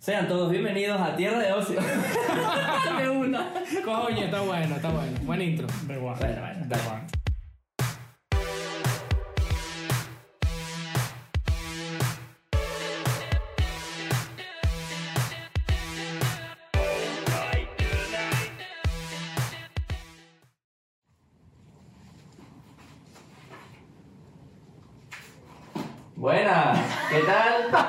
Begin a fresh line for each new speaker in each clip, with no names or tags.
Sean todos bienvenidos a Tierra de Ocio. Me uno.
Coño, está bueno, está bueno. Buen intro.
Da igual.
Bueno, bueno.
Da igual.
Buenas, ¿qué tal?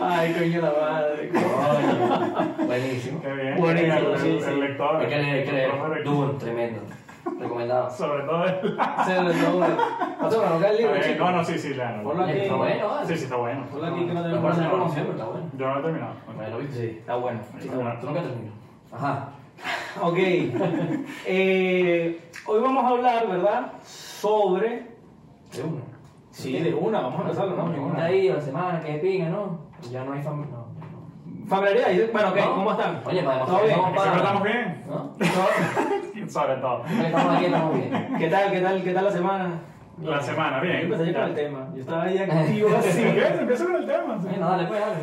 Ay, coño la madre, coño. Buenísimo.
Qué bien.
Buenísimo,
El- el-
sí,
el
sí.
lector.
Hay que leer, hay que
El profe
leer.
recto.
Dune, tremendo. Recomendado.
Sobre todo el.
Se lo tomo. No te van a el libro,
Eh,
chico.
no, no, sí, sí, claro.
Ponlo aquí.
Está bueno, ¿vale?
Sí, sí, está bueno.
Ponlo aquí que no
Lo
tenemos
cual es
nada.
una promoción, pero está bueno.
Yo no lo he terminado.
Bueno, lo viste, sí. Está bueno. Sí, está bueno. Tú nunca terminas. Ajá.
Ok. Eh, hoy vamos a hablar, ¿verdad? Sobre.
De uno.
Sí, de una, vamos a empezarlo, ¿no?
Pregunta ahí, a la semana, que pinga, ¿no? Ya no hay familia. No, ya no.
Familiaridad. dice- Bueno, ok,
No.
¿cómo están?
Oye, para
¿Todo
demostrar que
bien?
somos
¿Que
padres.
siempre estamos bien?
¿No?
Sobre todo.
Siempre Estamos aquí, estamos bien.
¿Qué tal, qué tal, qué tal la semana?
La semana,
Yo
bien.
empecé yo con el tema. Yo estaba ahí activo
Sí,
así.
empieza, empieza con el tema. sí.
Oye, no, dale, pues, dale.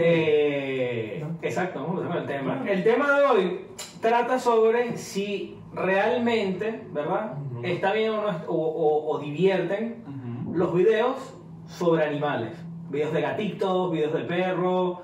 Eh, exacto, vamos a empezar con el tema. El tema de hoy trata sobre si realmente, ¿verdad?
Ujú.
Está bien o no, es- o, o- o divierten
Ujú.
los videos sobre animales. Videos de gatitos, videos de perros.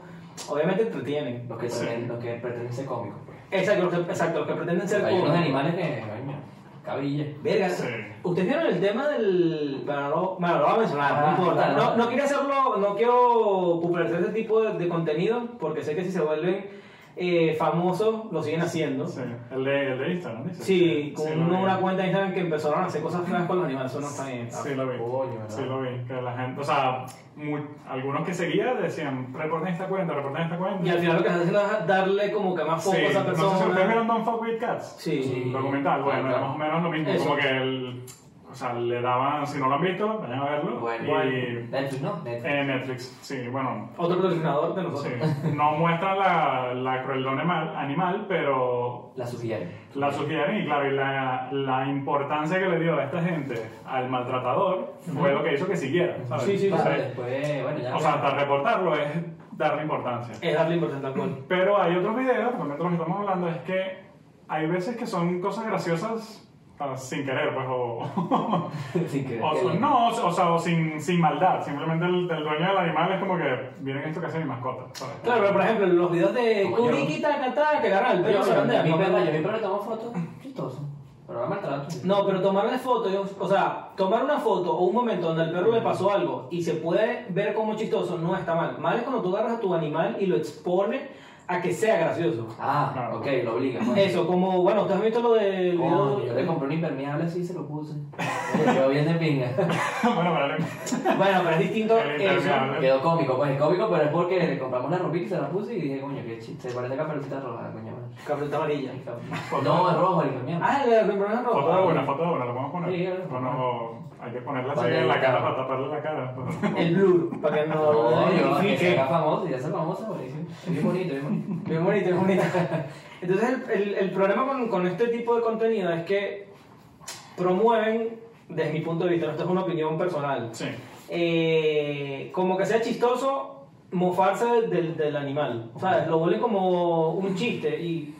Obviamente entretienen.
Los que,
Sí.
los que pretenden ser cómicos. pues.
Exacto, los que, exacto, los que pretenden ser
Hay unos
cool.
animales que, coño, cabilla.
Verga,
Sí.
ustedes vieron el tema del. Bueno, no, bueno, lo voy a mencionar,
Ah,
no importa.
dale,
No,
dale.
no quiero hacerlo, no quiero popularizar ese tipo de, de contenido porque sé que si se vuelven eh, famosos lo siguen haciendo.
Sí,
Sí,
el de, el de Instagram, dice.
con
sí, lo
una,
vi.
una cuenta de Instagram que empezaron a hacer cosas feas con los animales, eso no está bien.
Sí, lo vi.
Coño, ¿verdad?
Sí, lo vi. Que la gente, o sea, mu- algunos que seguía decían, reporten esta cuenta, reporten esta cuenta.
Y al final lo que están haciendo es darle como que más foco
Sí,
a esa
no sé si ustedes vieron
persona.
Don't Fuck With Cats.
Sí.
Sí.
documental, bueno,
Ah,
era
claro.
más o menos lo mismo,
Eso.
como que el, o sea, le daban, si no lo han visto, vayan a verlo,
Bueno,
y Eh,
Netflix, ¿no? Netflix.
en Netflix, sí, bueno,
Otro patrocinador de
sí,
nosotros.
no muestran la, la crueldad animal, animal, pero
La sugieren.
la sugieren y claro, y la, la importancia que le dio a esta gente al maltratador fue lo que hizo que siguiera, ¿sabes?
Sí, sí,
Claro,
Entonces,
después, bueno, ya.
O sea, hasta reportarlo es darle importancia.
Es darle importancia al cual.
Pero hay otros videos, realmente los que estamos hablando, es que hay veces que son cosas graciosas ah, sin querer, pues, o,
Sin querer.
O su- no, o, o sea, o sin, sin maldad. Simplemente el, el dueño del animal es como que vienen esto que hace mi mascota. ¿sabes?
Claro, pero por ejemplo, los videos de
Como yo.
Kuriki, taca, taca, que agarran el
Pero
pelo, se
yo,
prende,
a mi
no me-
perro, yo a mi perro le tomo fotos chistosas. Pero no me maltrato.
No, pero tomarle foto, yo- o sea, tomar una foto o un momento donde al perro le pasó algo y se puede ver como chistoso no está mal. Mal es cuando tú agarras a tu animal y lo expones a que sea gracioso.
Ah,
Claro.
ok, lo obliga. bueno.
Eso, como, bueno, ¿ustedes han visto lo del
Coño, yo le
video?
compré un impermeable así y se lo puse. Oye, Quedó bien de pinga.
bueno, pero el-
Bueno, pero es distinto
El
eso.
intercambio.
Quedó cómico, pues es cómico, pero es porque le compramos la ropita y se la puse y dije, coño, qué chiste. Se parece a Caperucita Roja, coño. madre.
Cafetita amarilla.
No, es rojo el impermeable.
eh, Ah, la primera
foto de
roja.
buena, foto de buena, lo vamos a poner.
Sí, claro.
Bueno, o hay que ponerla así
Vale,
en la cara
claro.
para taparle la cara. pues.
El blur, para que no
No,
lo
yo, que se
identifique.
haga famoso, ya sea famoso, buenísimo. Es bien bonito, bien bonito.
Bien bonito, bien bonito. Entonces, el, el- el problema con, con este tipo de contenido es que promueven, desde mi punto de vista, esto es una opinión personal,
Sí.
eh, como que sea chistoso mofarse del, del- del animal. ¿Sabes? Lo vuelven como un chiste y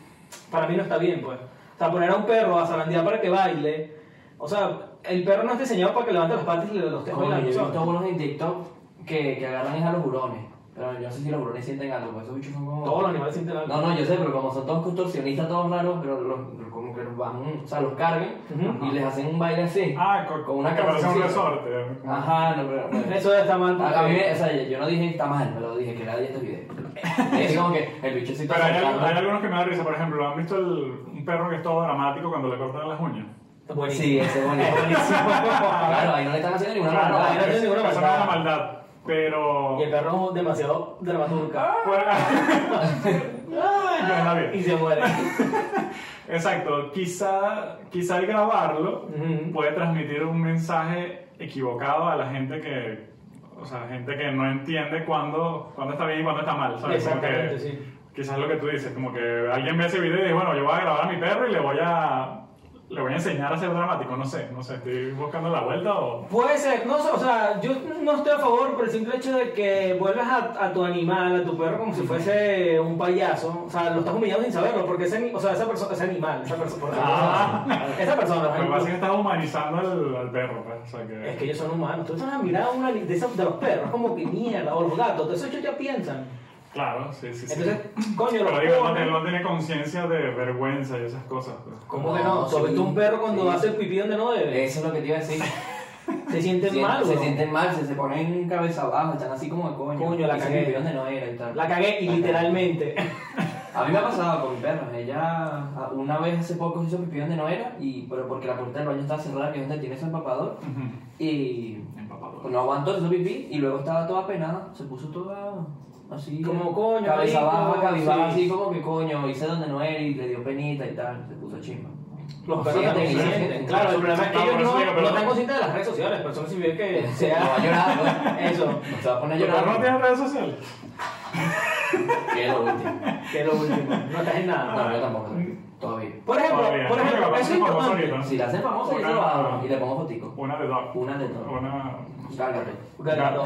para mí no está bien, pues. O sea, poner a un perro a zarandear para que baile. O sea, el perro no está diseñado para que levante las patas y le- los tejones.
Coño, yo he
¿sabes?
visto unos en TikTok que, que agarran es a los hurones. Pero yo no sé si los hurones sienten algo, pues esos bichos son como.
Todos los animales sienten algo.
No, no, yo sé, pero como son todos contorsionistas, todos raros, pero los, como que los van, o sea, los cargan
Ujú.
y les hacen un baile así.
Ah, con,
Con una
que parece un
cancioncita.
resorte. como-
Ajá, no, pero. bueno.
Eso está mal. porque-
A a mí, me- o sea, yo no dije está mal, pero dije que nadie este video. Es como que el bicho sí está
Pero hay,
saltando.
hay algunos que me da risa, por ejemplo, ¿han visto el, un perro que es todo dramático cuando le cortan las uñas?
Buenísimo.
Sí, ese es bonito. claro, ahí no le están haciendo ninguna
Claro,
maldad.
no hay
eso,
ninguna
eso no es
maldad.
una maldad, pero...
Y el perro es demasiado dramaturga.
Ah,
Pues- Ay, que está bien.
Y se muere.
Exacto, quizá, quizá al grabarlo
Ujú.
puede transmitir un mensaje equivocado a la gente que, o sea, gente que no entiende cuándo, cuándo está bien y cuándo está mal, ¿sabes? Como que-
Exactamente, sí.
Quizás lo que tú dices, como que alguien ve ese video y dice, bueno, yo voy a grabar a mi perro y le voy a, le voy a enseñar a ser dramático, no sé, no sé, estoy buscando la vuelta o...
Puede ser, no sé, o sea, yo no estoy a favor por el simple hecho de que vuelvas a, a tu animal, a tu perro, como si fuese un payaso. O sea, lo estás humillando sin saberlo, porque ese, ani- o sea, esa persona, ese animal, esa persona, por ejemplo,
Ah.
esa persona,
Lo
por
que pasa es que
ejemplo,
estás humanizando al, al perro, pues, o sea que...
es que ellos son humanos. Tú estás mirando una li- de, esos, de los perros, como que mierda, o los gatos, todos esos ya piensan.
Claro, sí, sí, sí.
Entonces, coño, los
Pero digo, no,
pobres-
tiene- no tiene conciencia de vergüenza y esas cosas. pues.
¿Cómo que no?
No,
Sobre
sí.
todo un perro cuando
Sí.
hace el pipí donde no debe.
Eso es lo que te iba a decir.
Se sienten
Sí,
mal,
se
weón.
sienten mal, se, se ponen cabeza abajo, están así como de coño.
Coño, la
Y se
cagué.
vivió donde no era y tal.
La cagué y
La
literalmente.
A mí me ha pasado con mi perro. Ella a- una vez hace poco se hizo pipí donde no era, y, pero porque la puerta del baño estaba cerrada, que es donde tiene su empapador,
Ujú.
y
Empapador.
no aguantó, se hizo pipí, y luego estaba toda penada, se puso toda así.
Como, coño,
Cabeza
marico,
abajo, cabizbaja,
sí.
así como que coño, hice donde no era y le dio penita y tal, se puso chimba.
Los
No
perros
sienten,
también
no
se sienten.
sienten.
Claro, el problema es que
No,
ellos
por eso
no,
digo,
no
pero-
están conscientes de las redes sociales, pero solo si ve que
Se va
sea.
llorando.
Eso.
Se va a poner a
¿Tu perro no
llorar.
tiene redes sociales?
Que es lo último.
Que es lo último. No estás en nada.
No, yo tampoco. Todavía.
Por ejemplo,
Todavía.
por ejemplo,
Creo que
eso es
lo vamos a
importante.
poner
Si la hacen famosa, yo se lo hago y le pongo fotico.
Una de dog.
Una de dog.
Una...
Cárgate.
Claro.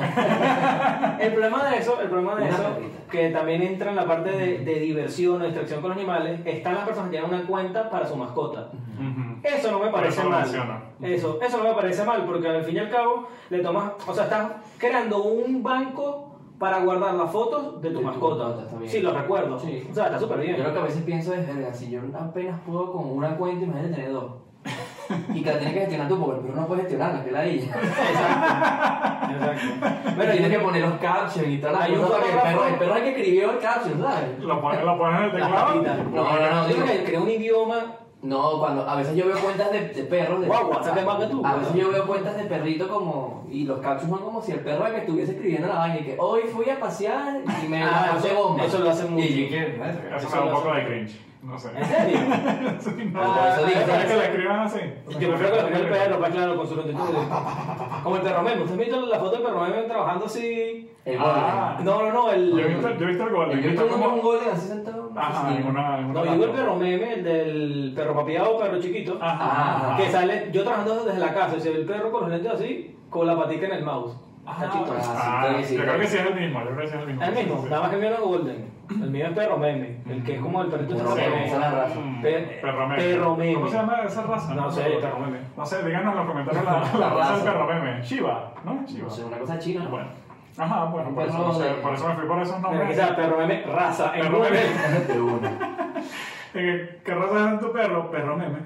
el problema de eso, el problema de
Una
eso,
perrita.
que también entra en la parte de, de diversión o distracción con los animales, están las personas que tienen una cuenta para su mascota.
Ujú.
Eso no me
Pero
parece
eso no
mal.
funciona.
Eso, eso no me parece mal, porque al fin y al cabo le tomas, o sea, estás creando un banco para guardar las fotos de tu
De tu
mascota.
mascota, está bien.
Sí, los recuerdos.
Sí.
O sea, está súper bien.
Yo lo que a veces pienso es, verga, si yo apenas puedo con una cuenta, imagínate tener dos. Y que la tienes que gestionar tú, porque el perro no puede gestionarla, que la ella.
Exacto. Exacto.
Pero
Bueno, yo
tienes que poner los captions y tal.
Hay un
que el
fotógrafo-
perro, el perro es el que escribió el caption, ¿sabes?
Lo pones lo pones en el
Las patitas.
teclado.
No, no, no,
Yo creo
digo-
que creó un idioma.
No, cuando a veces yo veo cuentas de, de perros. De,
Guau, WhatsApp es más que tú,
A
¿no?
veces yo veo cuentas de perrito como. Y los captions son como si el perro era que estuviese escribiendo la vaina y que hoy fui a pasear y me
Ah,
la pasé
eso-
bomba.
eso lo hacen mucho.
Y yo que. verga,
Eso
Eso
me da un
lo
poco
hace.
de cringe. No sé.
¿En serio?
Sí, no.
Por
Ah,
eso digo,
¿Sabes que
eso-
le escriban así?
Yo prefiero que lo primero el perro, pues claro, con su longitud. Como el perro meme. ¿Ustedes han visto la foto del perro meme trabajando así?
El
Ah.
golden.
No, no, no, el...
Yo he visto, yo he visto el
El
golden.
yo
Está
tengo
como-
un golden así sentado.
Ajá,
Sí.
en una... en una
No, yo digo el
laptop.
perro meme, el del perro papiado, perro chiquito.
Ah,
Ajá.
Que sale, yo trabajando desde la casa, y se ve el perro con los lentes así, con la patica en el mouse.
Ah,
Ah,
sí, sí,
yo creo que
sí.
sí es el mismo, yo creo que sí es el mismo.
El
Sí,
mismo,
sí, sí.
nada más que el mío no es golden. El mío es perro meme, el que es como el perrito
Bueno,
perro
sí,
meme.
esa es la raza.
Mm,
Per-
perro meme.
perro meme.
¿Cómo se llama esa raza?
No sé, perro
meme. No sé, díganos en los comentarios la, la
La
raza del
raza.
perro meme. Chiva, ¿no? Chiva.
No sé, una cosa china.
Bueno. Ajá, bueno,
Un
por eso,
perro
no sé,
de-
por eso me fui por esos
Pero que
nombres.
sea perro meme, raza, en
Perro
Google.
meme.
De una.
Eh, ¿Qué raza es tu perro? Perro meme.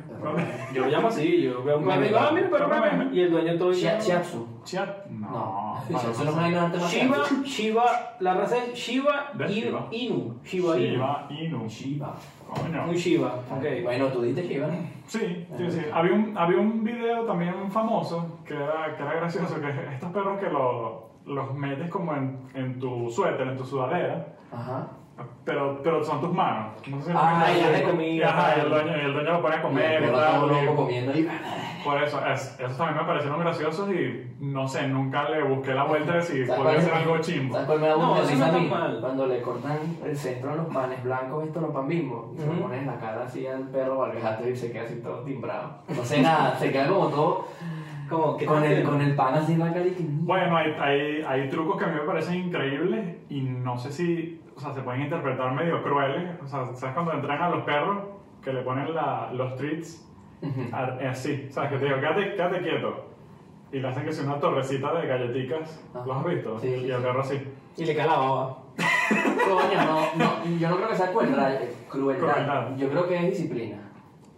Yo lo llamo así, yo veo un meme,
Meme.
digo, ah, mira, perro meme. Y el dueño todo
Shih-
ya-
Shih Tzu.
Chat.
No.
No.
Shih Tzu no es una ignorante más
Shiva,
grande.
Shiva, la raza es Shiva
De
y
Shiva.
Inu. Shiva Inu.
Chiva Inu.
Shiva.
Coño.
Un Shiva, ok.
Bueno, tú diste Shiva, ¿no?
Sí, sí, sí. Había un, había un video también famoso que era, que era gracioso, que estos perros que lo- los metes como en, en tu suéter, en tu sudadera,
Ajá.
pero, pero son tus manos. No sé si
Ah,
lo que-
ya de
comida.
Ajá, y el dueño, y el dueño lo pone a comer
Y
y
el perro todo
tal.
loco
y-
comiendo y.
Por eso, es- esos también me parecieron graciosos y no sé, nunca le busqué la vuelta de si
¿Sabes cuál
podía
es-
ser algo chimbo.
¿Sabes cuál me da
No,
mucha
eso
risa
no
a
está
mí?
mal.
Cuando le cortan el centro a los panes blancos, esto los pan bimbo, y se
Ujú.
lo ponen en la cara así al perro valvejate y se queda así todo timbrado. No sé nada, se queda como todo
Como que
con el, con el pan así en la cara y que.
Bueno, hay, hay, hay trucos que a mí me parecen increíbles y no sé si, o sea, se pueden interpretar medio crueles. O sea, ¿sabes cuando entrenan a los perros que le ponen la- los treats
Ujú.
a- así? O sea, que te digo, quédate, quédate quieto. Y le hacen que sea una torrecita de galletitas.
Ah.
¿Los has visto?
Sí, sí,
y el
sí.
perro así.
Y le calaba.
Coño, no, no, yo no creo que sea crueldad, eh, crueldad.
Crueldad.
Yo creo que es disciplina.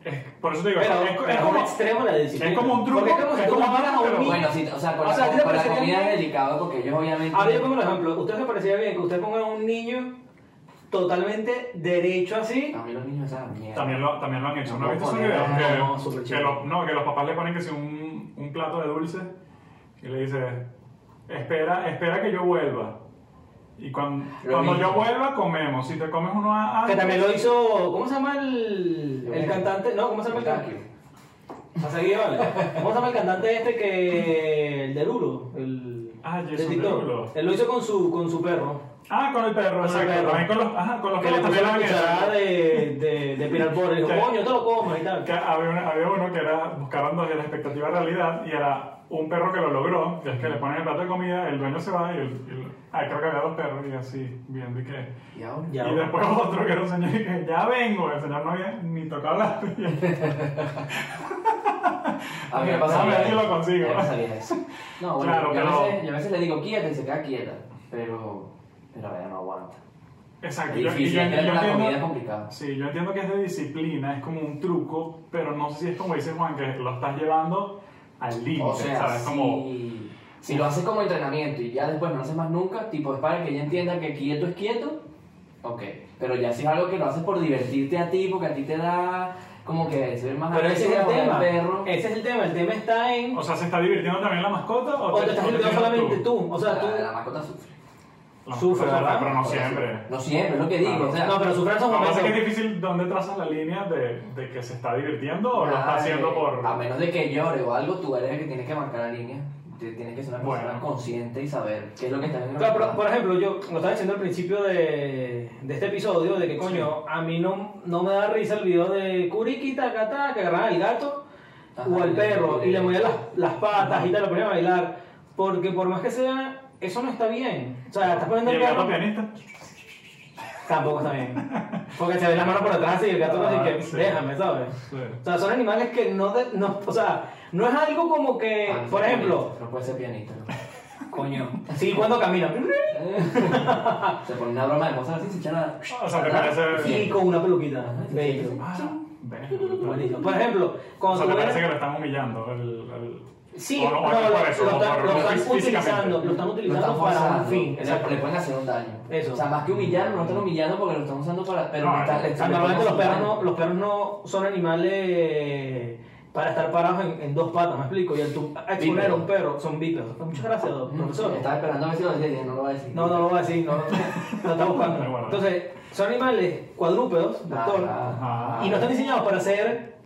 Es- por eso te digo,
Pero
es- es,
es como
como...
extremo la disciplina.
es como un truco,
Porque es como si
es
tú
como un
mamaras a
truco,
un
pero
Pero
niño.
bueno, sí, o sea, con,
O sea, ¿a ti te
la, con la
parece
comida
bien?
es delicado porque ellos obviamente.
Ahora yo pongo un ejemplo. ¿Ustedes les parecía bien que ustedes pongan a un niño totalmente derecho así?
A mí los niños saben mierda.
También lo, también lo han hecho. ¿No,
No,
has visto esos
joder,
videos?
no,
Que-
no, súper
que,
chévere.
los- no, que los papás le ponen que si un, un plato de dulce y le dice, espera, espera que yo vuelva. Y cuan-
Lo
cuando
mismo.
yo vuelva, comemos. Si te comes uno ah, a-
Que
antes...
también lo hizo. ¿Cómo se llama el, el
Leonel.
cantante? No, ¿cómo se llama el
Thank
cantante?
you.
A seguir, vale. ¿Cómo se llama el cantante este que. el de Lulo? El,
Ah,
de
Jason
TikTok.
Derulo.
Él lo hizo con su, con su perro.
Ah, con el perro,
Con el
exacto.
perro.
También con los, ajá, con los
Que
que
le
le
puse la
pusieron
cucharada
en el...
de, de, de Pinar Pobre. Dijo,
Sí.
coño, te lo comas y tal.
Que había, una- había uno que era buscaron dos de la expectativa a realidad y era un perro que lo logró, que es que le ponen el plato de comida, el dueño se va y el... y el- ah, creo que había dos perros y así, viendo y que...
Y ahora.
Ya.
Y después otro que era un señor y que ya vengo, el señor no había ni tocado la...
A mí me pasa
Déjame ver si lo consigo.
Me pasaría eso. No, bueno,
Claro,
yo,
pero-
a veces, yo a veces le digo quítate y se queda quieta. Pero. Pero a ver, no aguanta.
Exacto.
Es
Ah, yo- y
difícil,
yo-
es que
y yo
la
entiendo-
comida es complicada.
Sí, yo entiendo que es de disciplina, es como un truco, pero no sé si es como dice Juan, que lo estás llevando al límite,
O sea,
¿sabes? Como,
si, si lo haces como entrenamiento y ya después no lo haces más nunca, tipo es para que ella entienda que quieto es quieto, ok. Pero ya si es algo que lo haces por divertirte a ti, porque a ti te da como que ser más
Pero ese es
agresivo
el
con el
tema. Eh,
perro.
Ese es el tema. El tema está en.
o sea, ¿se está divirtiendo también la mascota o,
O te estás
o
metiendo solamente
tú?
tú. O sea, tú.
la, la mascota sufre.
La
Sufre,
mascota sufre,
¿verdad?
pero no
Por eso.
siempre.
No siempre, es lo que digo.
Claro.
O sea,
No, pero sufren esos
Lo que pasa es
momentos.
que es difícil dónde trazas la línea de, de que se está divirtiendo o lo está
Ay,
haciendo por...
eh, A menos de que llore o algo, tú eres el que tienes que marcar la línea. Te- Tienes que ser una persona
Bueno.
consciente y saber qué es lo que está viendo.
Claro, pero, por ejemplo, yo lo estaba diciendo al principio de, de este episodio, de que coño, a mí no, no me da risa el video de Kuriki, Takata, que agarraban al gato
Ajá,
o al
el-
perro y le movían las, las patas
Ajá.
y tal, lo ponían a bailar. Porque por más que sea, eso no está bien. O sea, estás poniendo
¿Y
el
el gato
gato.
pianista?
Tampoco está bien. Porque se ven las manos por atrás y el gato
Ah,
así que,
sí.
déjame, ¿sabes?
Sí.
O sea, son animales que no, de- no. O sea, no es algo como que,
Ah,
por
sí,
ejemplo,
pianista, No puede ser pianista. ¿no?
coño, sí, cuando camina.
se pone una broma de Mozart y se echa la...
O sea, ¿te parece...?
Y con una peluquita. Bello.
Ah, ven.
Buenísimo. Por ejemplo,
O
cuando
sea,
tú
¿te
ves-
parece que lo están humillando? El, el...
Sí,
o no, o
no,
no
lo-
por eso,
lo
o
están-
por-
lo están
físicamente.
utilizando, lo están
Lo
utilizando
están
para un
forzando,
fin.
le-
Exacto.
Le pueden hacer un daño.
Eso.
O sea, más que humillarlo, no están humillando porque lo están usando para. Pero
No, eh,
le están- le
O sea,
están-
Normalmente los
le están
perros, no,
haciendo
los perros no son animales para estar parados en, en dos patas, ¿me explico? Y al tú a exponer a un perro, son bípedos. Pues, Muchas gracias,
daño.
profesor.
Estaba esperando a ver si lo decía y dije, no lo va a decir. Ah,
No, no lo voy a decir, no, no, lo está
Muy
buscando.
bueno.
Entonces, son animales cuadrúpedos, doctor,
ah, Ajá.
y no están diseñados para ser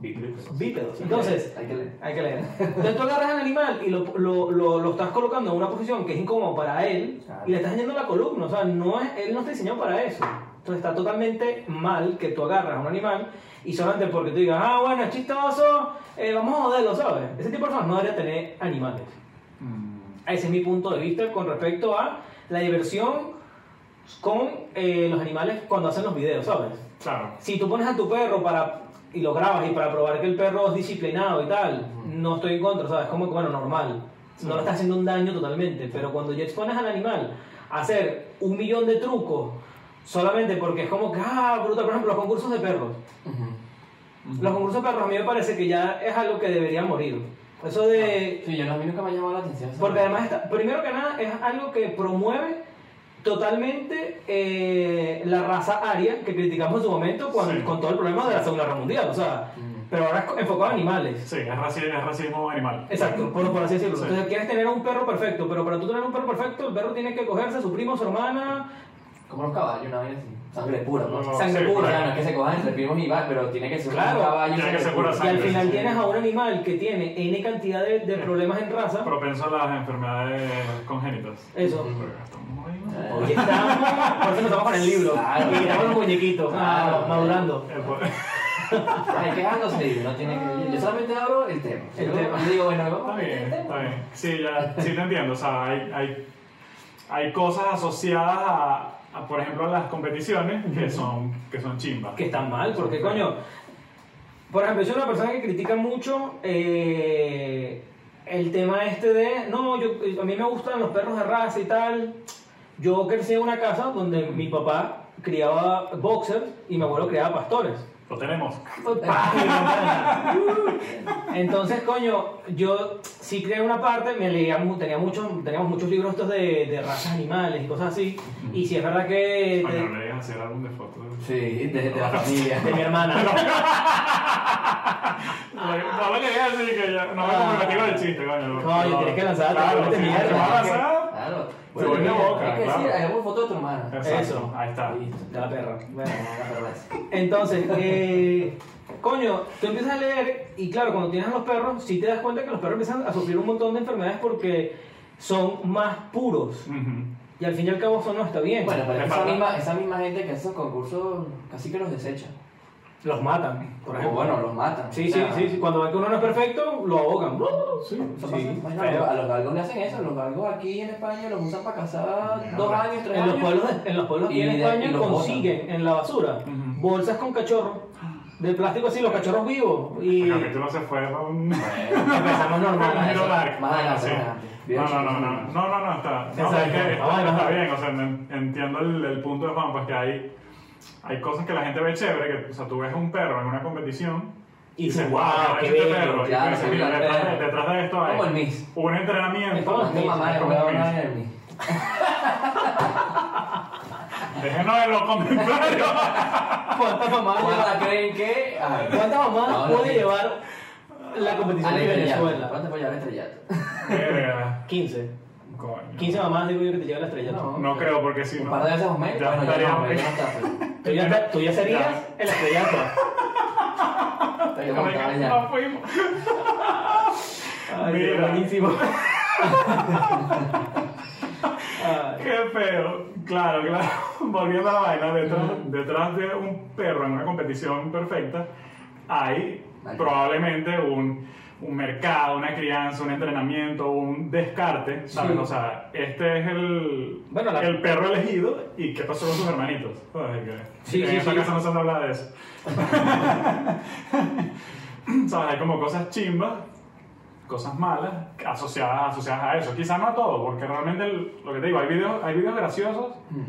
bípedos. Entonces,
Hay que leer.
Hay que leer. Entonces tú agarras al animal y lo, lo, lo, lo estás colocando en una posición que es incómoda para él
Claro.
y le estás dañando la columna. O sea, no es, él no está diseñado para eso. Entonces está totalmente mal que tú agarras a un animal y solamente porque tú digas, ah, bueno, es chistoso, eh, vamos a joderlo, ¿sabes? Ese tipo de personas no debería tener animales.
Mm,
Ese es mi punto de vista con respecto a la diversión con eh, los animales cuando hacen los videos, ¿sabes?
Claro.
si tú pones a tu perro para y lo grabas y para probar que el perro es disciplinado y tal, no estoy en contra, ¿sabes? Como que, bueno, normal. No le estás haciendo un daño totalmente, pero cuando ya expones al animal a hacer un millón de trucos solamente porque es como que, ah, brutal, por ejemplo, los concursos de perros. Los concursos de perros a mí me parece que ya es algo que debería morir. Eso de...
Sí, yo no, a mí nunca me ha llamado la atención. eso.
Porque además, está, primero que nada, es algo que promueve totalmente eh, la raza aria que criticamos en su momento con,
Sí.
con todo el problema de la Segunda Guerra Mundial. O sea,
Mm.
pero ahora es enfocado a animales.
Sí, es racismo, es racismo animal.
Exacto, por, por así decirlo.
Sí.
Entonces quieres tener un perro perfecto, pero para tú tener un perro perfecto, el perro tiene que cogerse a su primo, a su hermana.
Como los caballos, una vaina así. Sangre pura, ¿no?
No,
O sea,
Sangre
sí,
pura.
por ahí.
no es que se cojan entre primos y va, pero tiene que ser
Claro.
un caballo.
Tiene que ser
sangre
pura
pura.
Y al
sangre,
final
sí.
tienes a un animal que tiene N cantidad de, de problemas en raza.
Propenso a las enfermedades congénitas.
Eso.
Pero estamos ahí, ¿no?
Hoy estamos, Mm. por eso nos estamos con el libro.
Claro.
Y estamos los muñequitos, Ah.
Claro.
madurando.
El po-
Ay, quejándose, no tiene que. Yo solamente abro el tema.
El
Yo
tema.
digo, bueno,
Está
vamos a
bien,
meter el
está
tema.
bien. Sí, ya, sí te entiendo. O sea, hay, hay, hay cosas asociadas a, a, por ejemplo, a las competiciones que son, que son chimbas.
que están mal, porque
Sí.
coño, por ejemplo, yo soy una persona que critica mucho eh, el tema este de, no, yo, a mí me gustan los perros de raza y tal. Yo crecí en una casa donde mi papá criaba boxers y mi abuelo criaba pastores.
Lo tenemos.
Fue paja. Entonces, coño, yo sí creé una parte, me leía, mu- tenía muchos, teníamos muchos libros estos de, de razas animales y cosas así. Y si es verdad que...
Coño,
de-
no le digas hacer álbum de fotos.
Sí, desde de la familia.
de mi hermana.
No le digas así que ya. No me comprometigo el chiste, coño.
Coño, tienes que lanzarte,
Claro,
cómete
sí,
mierda.
te vas a lanzar.
Claro.
voy de boca,
Hay que decir,
claro.
hagamos foto de tu hermana.
Exacto,
Eso.
Ahí está.
Listo.
De la perra. Bueno.
Ah, pero es-
Entonces, eh, coño, tú empiezas a leer y claro, cuando tienes a los perros, sí te das cuenta que los perros empiezan a sufrir un montón de enfermedades porque son más puros.
Ujú.
Y al fin y al cabo eso no está bien.
Bueno, pero
Me
esa
falta.
misma, esa misma gente que hace esos concursos casi que los desecha.
los matan, por
O
ejemplo.
bueno, los matan.
Sí,
O
sí,
sea,
sí, sí. Cuando ven que uno no es perfecto, lo ahogan.
Sí.
eso
Sí,
pasa. Bueno,
feo.
a los galgos le hacen eso. Los galgos aquí en España los usan para cazar
No,
dos
pero-
años, tres
En
años.
los pueblos, en los pueblos aquí
Y
en
de- y
España
los
consiguen en la basura
Ujú.
bolsas con cachorros de plástico así, los cachorros vivos. Y
El capítulo se fue a un...
empezamos normal.
Pero
eso-
dark.
más adelante, más
Sí.
adelante.
No,
Bien,
no, no,
sí,
no,
sí.
no, no, no, está, no,
Exacto.
es que está,
Vamos,
está
vamos.
bien, o sea, en- entiendo el, el punto de Juan, pues que hay, hay cosas que la gente ve chévere, que, o sea, tú ves un perro en una competición
Y dices, "Wow,
"Guau,
qué
este
bello".
perro", y
Ya,
tú dices,
sí,
"Mira,
claro,
detrás,
claro.
de- detrás de esto hay
Como el Miss.
un
Es
entrenamiento,
como el
Esta
Miss,
mamá
es
de
como un
huevona
Miss.
en el Miss.
déjenos en los comentarios,
¿Cuántas mamadas,
¿Cuántas creen que? Ay.
cuántas mamadas
Ahora
puede
sí.
llevar la competición
Al
de
estrellato.
Venezuela?
¿Cuántas puede llevar el estrellato?
Verga,
15.
coño,
15 mamadas digo yo que te lleva la estrella.
No.
no creo, porque si
Un
no,
par de veces a un mes.
Ya
Bueno, ya
estaría-
no, pero ya no está. pero-
Tú ya, está- tú ya serías
Ya.
el estrellato.
pero ya no está,
Venga,
ya.
nos fuimos.
Ay,
Mira.
buenísimo. Ay.
Qué feo. Claro, claro. Volviendo a la vaina, detrás, detrás de un perro en una competición perfecta, hay
Vale.
probablemente un, un mercado, una crianza, un entrenamiento, un descarte, ¿sabes?
Sí.
O sea, este es el,
Bueno, la-
el perro elegido y qué pasó con sus hermanitos. Ay, que-
Sí,
en
sí,
esa
sí.
casa no se habla de eso. ¿Sabes? Hay como cosas chimbas cosas malas asociadas, asociadas a eso. Quizás no a todo, porque realmente el- lo que te digo, hay videos, hay videos graciosos,
Mm.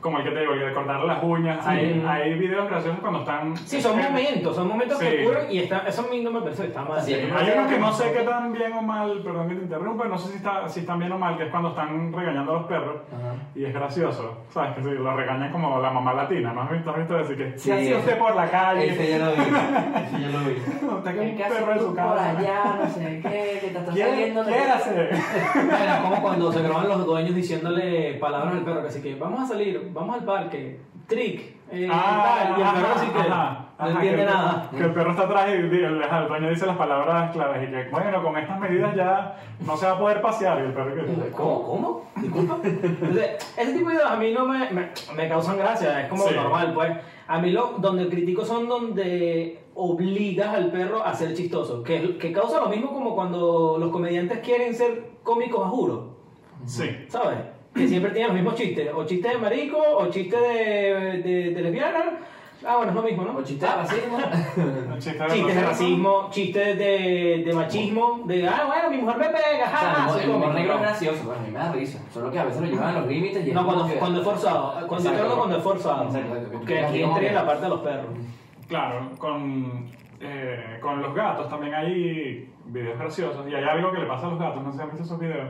como el que te digo, el de cortar las uñas,
Sí.
hay, hay videos graciosos cuando están...
Sí, son
eh,
momentos, son momentos
Sí.
que ocurren y está, eso a mí no me parece que está mal.
Sí.
Hay uno que no sé qué tan bien o mal, perdón que te interrumpa, no sé si, está, si están bien o mal, que es cuando están regañando a los perros.
Ajá.
Y es gracioso, ¿sabes? Que sí, lo regañan como la mamá latina, ¿no has visto, has visto decir que
Sí.
¿qué hacía usted por la
Ese
calle?
ya lo vi. Ese ya lo vi.
Usted que es un
¿Qué haces
perro en
tú
su
Por
casa.
allá, Ah, no sé qué, que te estás saliendo
¿Quién?
de-
Quiérase.
Bueno, como cuando se graban los dueños diciéndole palabras al perro, que así que vamos a salir, vamos al parque, trick, eh, tal, y el perro así que no entiende
Ah, que el-
nada.
Que el perro está atrás y di- el, el dueño dice las palabras claves y que, bueno, con estas medidas ya no se va a poder pasear. Y el perro que.
¿Cómo? ¿Cómo?
Disculpa. Entonces, ese tipo de videos a mí no me, me, me causan gracia, es como
Sí.
normal, pues. A mí lo, donde critico son donde obligas al perro a ser chistoso, que, que causa lo mismo como cuando los comediantes quieren ser cómicos a juro.
Sí.
¿sabes? Que siempre tienen los mismos chistes. O chistes de marico, o chistes de, de, de lesbiana. Ah, bueno, es lo mismo, ¿no?
¿O chiste de racismo?
El chiste
Chistes de racismo, chistes de, de machismo, de, ah, bueno, mi mujer me pega,
O sea,
jaja,
el humor-
soy
el humor
cómico,
negro es
¿no?
gracioso, bueno, a mí me da risa. Solo que a veces lo llevan a los límites y es
No,
como
cuando,
que-
cuando es forzado, cuando yo
Exacto.
creo cuando es forzado,
Exacto, exacto, que tú
que
digas,
aquí
¿cómo
entre
que?
la parte de los perros.
Claro, con, eh, con los gatos también hay videos graciosos. Y hay algo que le pasa a los gatos, no sé si han visto esos videos.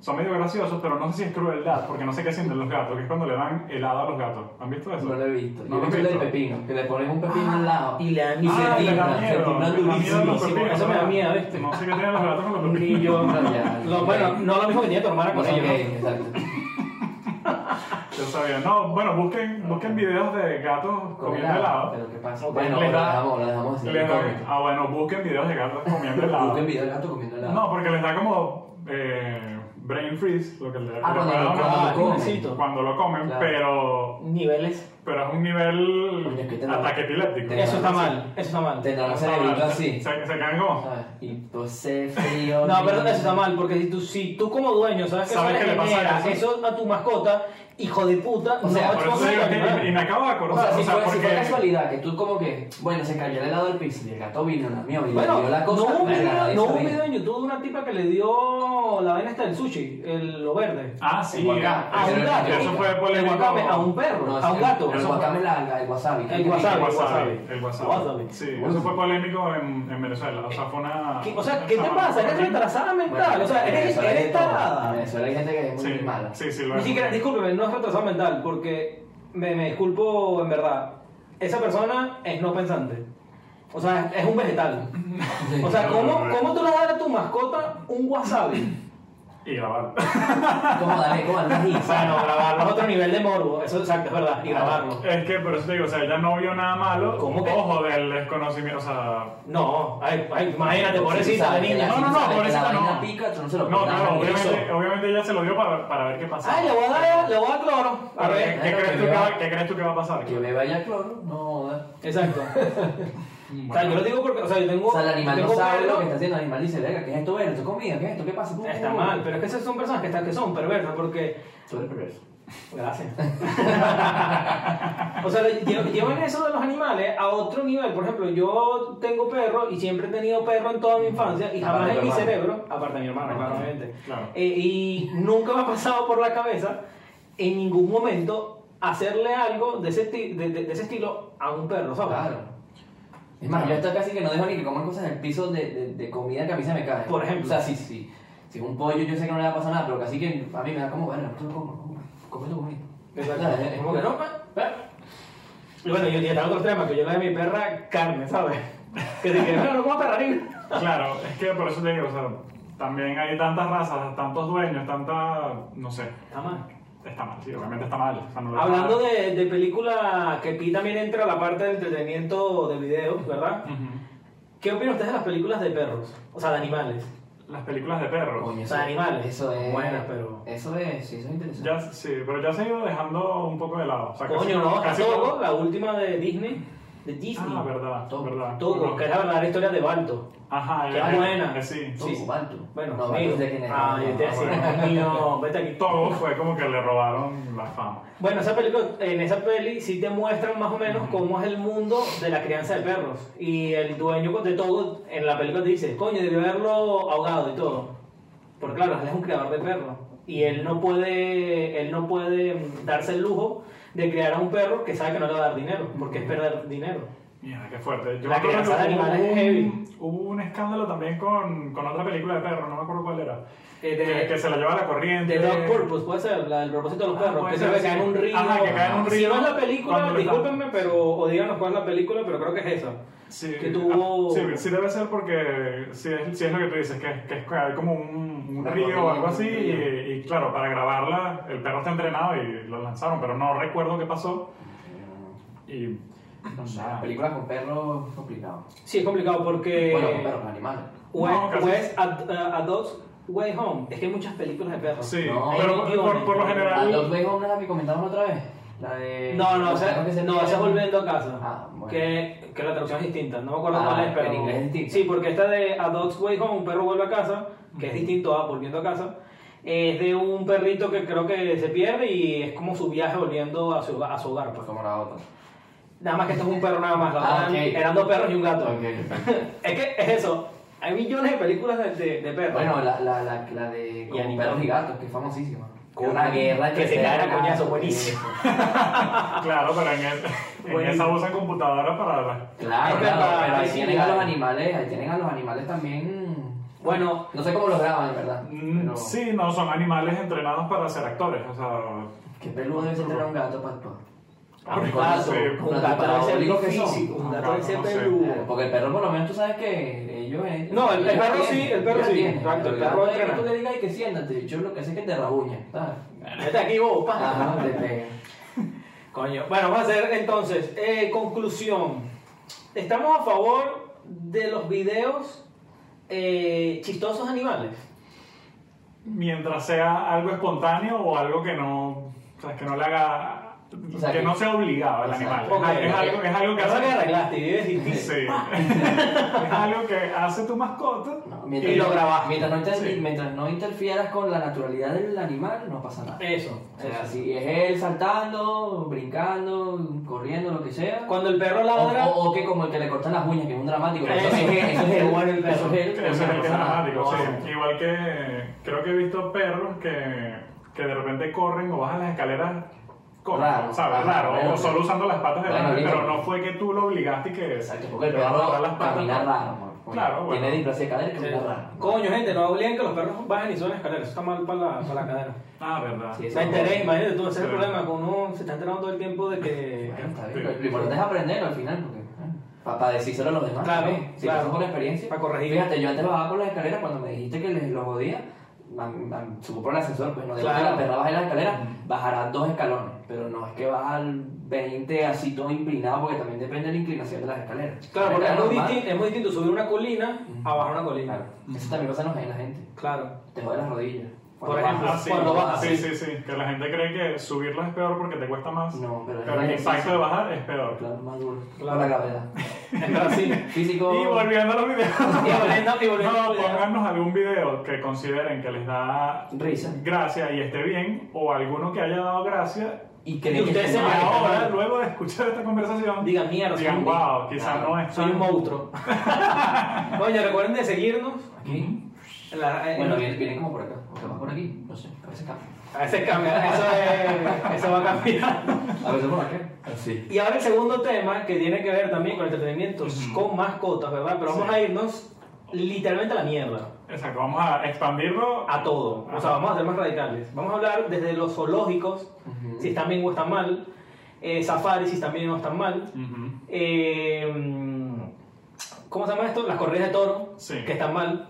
Son medio graciosos, pero no sé si es crueldad, porque no sé qué sienten los gatos, que es cuando le dan helado a los gatos. ¿Han visto eso?
No lo he visto.
¿No
Yo he
lo
visto
has
el del
visto?
pepino, que le ponen un pepino al lado.
Y le dan-
y
Ah,
se
le da
timbran, se
miedo,
timbran
le da miedo a los
durísimo.
pepinos,
Eso me da
¿no?
miedo, ¿viste?
No sé qué tienen los gatos con los pepinos.
Ni yo.
No, ya, Pues,
Lo-
ya.
bueno, no lo mismo que tenía tu hermana con
Bueno,
ellos.
ok,
¿no?
exacto.
Yo sabía. No, bueno, busquen, busquen videos de gatos
Con
comiendo
helado.
helado.
Pero ¿qué pasa?
Ok,
Bueno,
les
lo
da-
dejamos, lo dejamos así.
Les da-
incógnito.
ah, bueno, busquen videos de gatos comiendo helado.
Busquen video del gato comiendo helado.
No, porque les da como eh, brain freeze, lo que le,
Ah,
le
cuando
da
lo
una-
comen.
Ah,
comen.
pobrecito.
cuando lo comen,
Claro.
pero,
Niveles.
pero es un
Coño, es que
nivel
te la-
ataque epiléptico.
Te-
Eso está mal, eso está mal.
Tendrán un
Está
cerebrito
mal.
así.
Se, se quedan como,
¿sabes? Y tose frío.
No,
ni-
pero eso está mal, porque si tú, si tú como dueño sabes que
¿Sabes
eso
qué le pasa
genera
a eso?
eso a tu mascota, hijo de puta,
O sea,
no
Por eso
exposes
digo
al
que-
animal.
y, y me acabo de
O
acordar,
sea, si fue, si fue
porque-
casualidad que tú como que, bueno, se cayó el helado del piso y el gato vino, la mía, y le
Bueno,
dio la cosa.
no hubo un
verga,
video,
nadie
no hubo un
sabía.
video en YouTube de una tipa que le dio la vaina esta del sushi, el, lo verde.
Ah, sí. eh,
Guacá.
A
Pero
un
el-
gato.
eso
fue polémico.
El guacame, a un perro,
No,
a un
sí,
gato.
El guacame es la- el wasabi.
El wasabi.
El wasabi,
wasabi.
el wasabi.
Wasabi.
Sí, eso fue polémico en, en Venezuela. O sea, fue una.
¿Qué- O sea, ¿qué te pasa? Eres retrasada
Bueno,
mental. O sea,
en
eres,
Venezuela hay
eres
de todo. En
tarada.
Venezuela hay gente que es muy
Sí,
mala.
sí, sí, lo
Ni
es.
siquiera, discúlpeme, no es retrasada mental, porque me, me disculpo en verdad. Esa persona es no pensante. O sea, es un vegetal. O sea, ¿cómo, cómo tú le vas a dar a tu mascota un wasabi?
Y grabar.
¿Cómo dale? ¿Cómo andas ahí?
Bueno, grabarlo es otro nivel de morbo, eso exacto, es verdad, y grabarlo.
Es que por eso te digo, o sea, ella no vio nada malo.
¿Cómo que?
Ojo del desconocimiento, o sea.
No, ay, ay, imagínate,
Porque tú
pobrecita la
sabes que
niña.
la-
No, no,
tú
no,
sabes que
por eso
la
no.
vaina pica, tú no se lo
No,
puedes dar a
claro,
nadie.
obviamente, obviamente ella se lo dio para, para ver qué pasaba.
Ay, le voy a dar, le voy a dar cloro. A
Pero,
ver.
¿Qué, qué
Claro,
crees
que
tú que
vea.
va- ¿Qué crees tú que va a pasar?
Que beba ya cloro, no jodas.
Exacto. O sea, yo lo digo porque, o sea, yo tengo.
O sea, el animal no
tengo
sabe
perro-
lo que está haciendo el animal. Dice, verga, ¿qué es esto? ¿Esto es comida? ¿Qué es esto? ¿Qué pasa? Pum,
Está
pum.
mal, pero es que esas son personas que, están, que son perversas porque.
Tú eres perverso.
Gracias. o sea, lle- llevan eso de los animales a otro nivel. Por ejemplo, yo tengo perro y siempre he tenido perro en toda mi infancia y
Aparte
jamás
de tu
en mi
hermano.
cerebro, aparte de mi hermano,
Ajá.
claramente,
Claro.
eh, y nunca me ha pasado por la cabeza en ningún momento hacerle algo de ese, esti- de, de- de ese estilo a un perro, ¿sabes?
Claro. Es más, yo hasta casi que no dejo ni que coman cosas en el piso de, de, de comida que a mí se me cae.
Por ejemplo.
O sea, sí, sí. Si es un pollo, yo sé que no le va a pasar nada, pero casi que a mí me da como, bueno, tú lo como, como, come tu comida.
Exacto.
O sea, es- es
Como que no, pa-
Pero-
pues, Y bueno, yo tenía otro tema, que yo le de mi perra carne, ¿sabes? Que dije, no, no como perrarín.
Claro, es que por eso te digo, o sea, también hay tantas razas, tantos dueños, tanta. no sé.
Está mal.
Está mal, sí, obviamente está mal. o sea, no lo-
Hablando de, de película que Pi también entra a la parte del entretenimiento de videos, ¿verdad?
Ujú.
¿Qué opinan ustedes de las películas de perros? O sea, de animales.
Las películas de perros.
Coño,
O sea, animales.
Eso es.
Bueno, pero-
Eso es, sí, eso es interesante.
Ya, sí, pero ya se ha ido dejando un poco de lado. O sea, Ah, casi-
Coño, no, está
casi
Togo, la última de Disney. De Disney.
Ah, verdad,
Todo-
verdad.
Togo, que es la verdadera historia de Balto.
Ajá,
Qué
eh,
buena.
eh, sí.
Tú,
sí.
Balto.
Bueno,
no,
mira.
Balto es de quién es.
Ah,
No,
yo te
no,
decía,
bueno.
coño, vete aquí.
Todo fue como que le robaron la fama.
Bueno, esa película, en esa peli sí te muestran más o menos cómo es el mundo de la crianza de perros. Y el dueño de todo en la película te dice, coño, debió haberlo ahogado y todo. Porque claro, él es un creador de perros. Y él no puede, él no puede mm, darse el lujo de crear a un perro que sabe que no le va a dar dinero, porque es perder dinero.
Mierda, qué fuerte.
La
me acuerdo
crianza de
que hubo
animales es heavy.
un- Hubo un escándalo también con, con otra película de perros, no me acuerdo cuál era.
Eh,
que,
de-
que se la lleva la corriente.
The Dog Purpose, puede ser, la del propósito de los
Ah,
perros,
puede
que
ser,
se
sí.
cae en un río.
Ajá, que cae en un
Si
río
no es la película,
cuando lo están-
discúlpenme, pero, o díganos cuál es la película, pero creo que es esa.
Sí,
que tuvo-
ah, sí, sí debe ser porque si es, sí es lo que tú dices, que, que es que hay como un, un
Una
río o algo
corriente,
así,
un río.
y, y claro, para grabarla el perro está entrenado y lo lanzaron, pero no recuerdo qué pasó. Y
No sé, las películas con perros es complicado.
Sí, es complicado porque...
Bueno, con perros, con animales.
West,
No, casi.
West Ad- uh, Adults Way Home. Es que hay muchas películas de perros.
sí,
No,
pero
hay
por,
guiones.
por- por lo
La
general...
Dos Way Home es la que comentamos otra vez. La de.
No, no,
los
o sea,
perros que se
no, esa es
pierden.
volviendo a casa.
Ah, bueno.
que, que la traducción es distinta. No me acuerdo
Ah,
cuál es, pero.
en inglés es distinto.
Sí, porque esta de A Dog's Way Home, un perro vuelve a casa, que es distinto a volviendo a casa. Es de un perrito que creo que se pierde y es como su viaje volviendo a su, hogar- a su hogar. pues.
Como la otra.
Nada más que esto es un perro nada más. la
Ah,
otra eran-
ok.
Eran dos perros y un gato.
Ok.
es que es eso. Hay millones de películas de, de, de perros.
Bueno, la, la, la, la de como
animales.
perros y gatos, que es famosísima.
Con
una guerra
que se caen a coñazo, buenísimo.
Claro, pero en, el- en
Bueno.
esa usan computadora para... la-
Claro,
Es
claro,
verdad,
pero ahí
sí,
tienen a
claro.
los animales, ahí tienen a los animales también.
Bueno.
no sé cómo los graban, en verdad.
Mm,
Pero
Sí, no, son animales entrenados para ser actores, o sea...
qué peludo debe ser tener a un gato para actuar.
Ah,
un
porque
gato,
sí,
un
con
gato debe ser
antiparábolicos que son. Eh,
físico, un
Un
gato debe
gato,
ser
no sé.
peludo.
Porque el perro, por lo menos, tú sabes que ellos. eh,
No, el- el
ellos
perro
tienen,
sí, el perro
ellos
sí,
tienen.
exacto, el
Pero
perro
gato es que
entrena.
tú le digas y que siéntate, yo lo que sé es que te rabuña, ¿sabes?
Vete aquí vos, pa.
Ajá, te pega.
Coño. Bueno, vamos a hacer entonces, eh, conclusión. ¿Estamos a favor de los videos eh, chistosos animales?
mientras sea algo espontáneo o algo que no, o sea, que no le haga,
O sea,
que,
que-
no sea obligado el
Exacto.
animal.
Ok,
es,
ok.
algo, es algo que
Eso que
hace,
arreglaste y vives distinto.
sí. es algo que hace tu mascota.
No,
Y lo grabas.
Mientras no, inter-
Sí.
mientras no interfieras con la naturalidad del animal, no pasa nada.
Eso.
O sea, si es él saltando, brincando, corriendo, lo que sea.
Cuando el perro
O,
ladra...
o- o que como el que le cortan las uñas, que es un dramático. Eso,
Eso.
es él, eso es él,
Igual el perro.
eso es él,
Eso es
no
algo
pasa nada.
dramático,
No,
sí.
no.
Igual que creo que he visto perros que, que de repente corren o bajan las escaleras. Con,
Raro,
¿sabes?
raro,
Raro,
raro,
o solo
raro.
usando las patas
Bueno,
delante, pero
listo.
no fue que tú lo obligaste y que.
Exacto, porque el
que va a bajar
perro
las patas.
camina raro. amor.
Claro, bueno.
Tiene displasia de cadera y camina raro.
Coño, gente, no obliguen que los perros bajen y suban la escalera. Eso está mal para la, para la cadera.
Ah, verdad.
Sí,
Me enteré, imagínate tú, ese es el
Sí.
problema, que uno se está enterando todo el tiempo de que...
Bueno, está bien, Lo importante es aprender al final, porque para, decírselo a los demás.
Claro,
también. Si
claro.
pasas por la experiencia.
Pa' corregir.
Fíjate, yo antes bajaba por las escaleras cuando me dijiste que les lo jodía. man- man- subo por el ascensor, pues no dejo que
Claro.
la perra baje las escaleras, bajará dos escalones, pero no es que baja al 20 así todo inclinado, porque también depende de la inclinación de las escaleras.
Claro, porque es
Escaleras
muy,
normales,
distinto, es muy distinto subir una colina a bajar una
Claro,
colina.
eso también pasa en los en la gente,
Claro.
te jode las rodillas.
Por
Cuando
ejemplo,
bajas.
Ah, sí,
cuando bajas,
sí,
sí.
sí, sí, que la gente cree que subirla es peor porque te cuesta más.
No, pero es
pero
un
el impacto
ejercicio.
de bajar es peor.
Claro, más duro,
Claro.
por la gravedad.
Es así.
Físico...
Y volviendo a los videos.
Y volviendo- y volviendo
No,
al video.
pónganos algún video que consideren que les da
Risa.
gracia y esté bien, o alguno que haya dado gracia.
Y
Y
creen que
ustedes
es
se
una-
Y
marica,
ahora,
¿no?
luego de escuchar esta conversación,
Digan, mierda, soy
digan,
un-
wow, quizás
claro,
no es
Soy un
tan-
monstruo. Oye, recuerden de seguirnos.
Aquí.
en la- en-
Bueno, viene, viene como por acá, o sea, más por aquí, no sé, a veces cambia.
A veces cambia, eso, es- eso va a cambiar.
A veces por acá.
Ah,
Sí.
Y ahora el segundo tema que tiene que ver también con entretenimientos con mascotas, ¿verdad? Pero vamos a irnos literalmente a la mierda,
Exacto, vamos a expandirlo
a todo. O sea, vamos a ser más radicales. Vamos a hablar desde los zoológicos, si están bien o están mal, eh, safaris, si están bien o están mal,
Ujú.
eh, mm, ¿cómo se llama esto? Las corridas de toro,
Sí.
que están mal.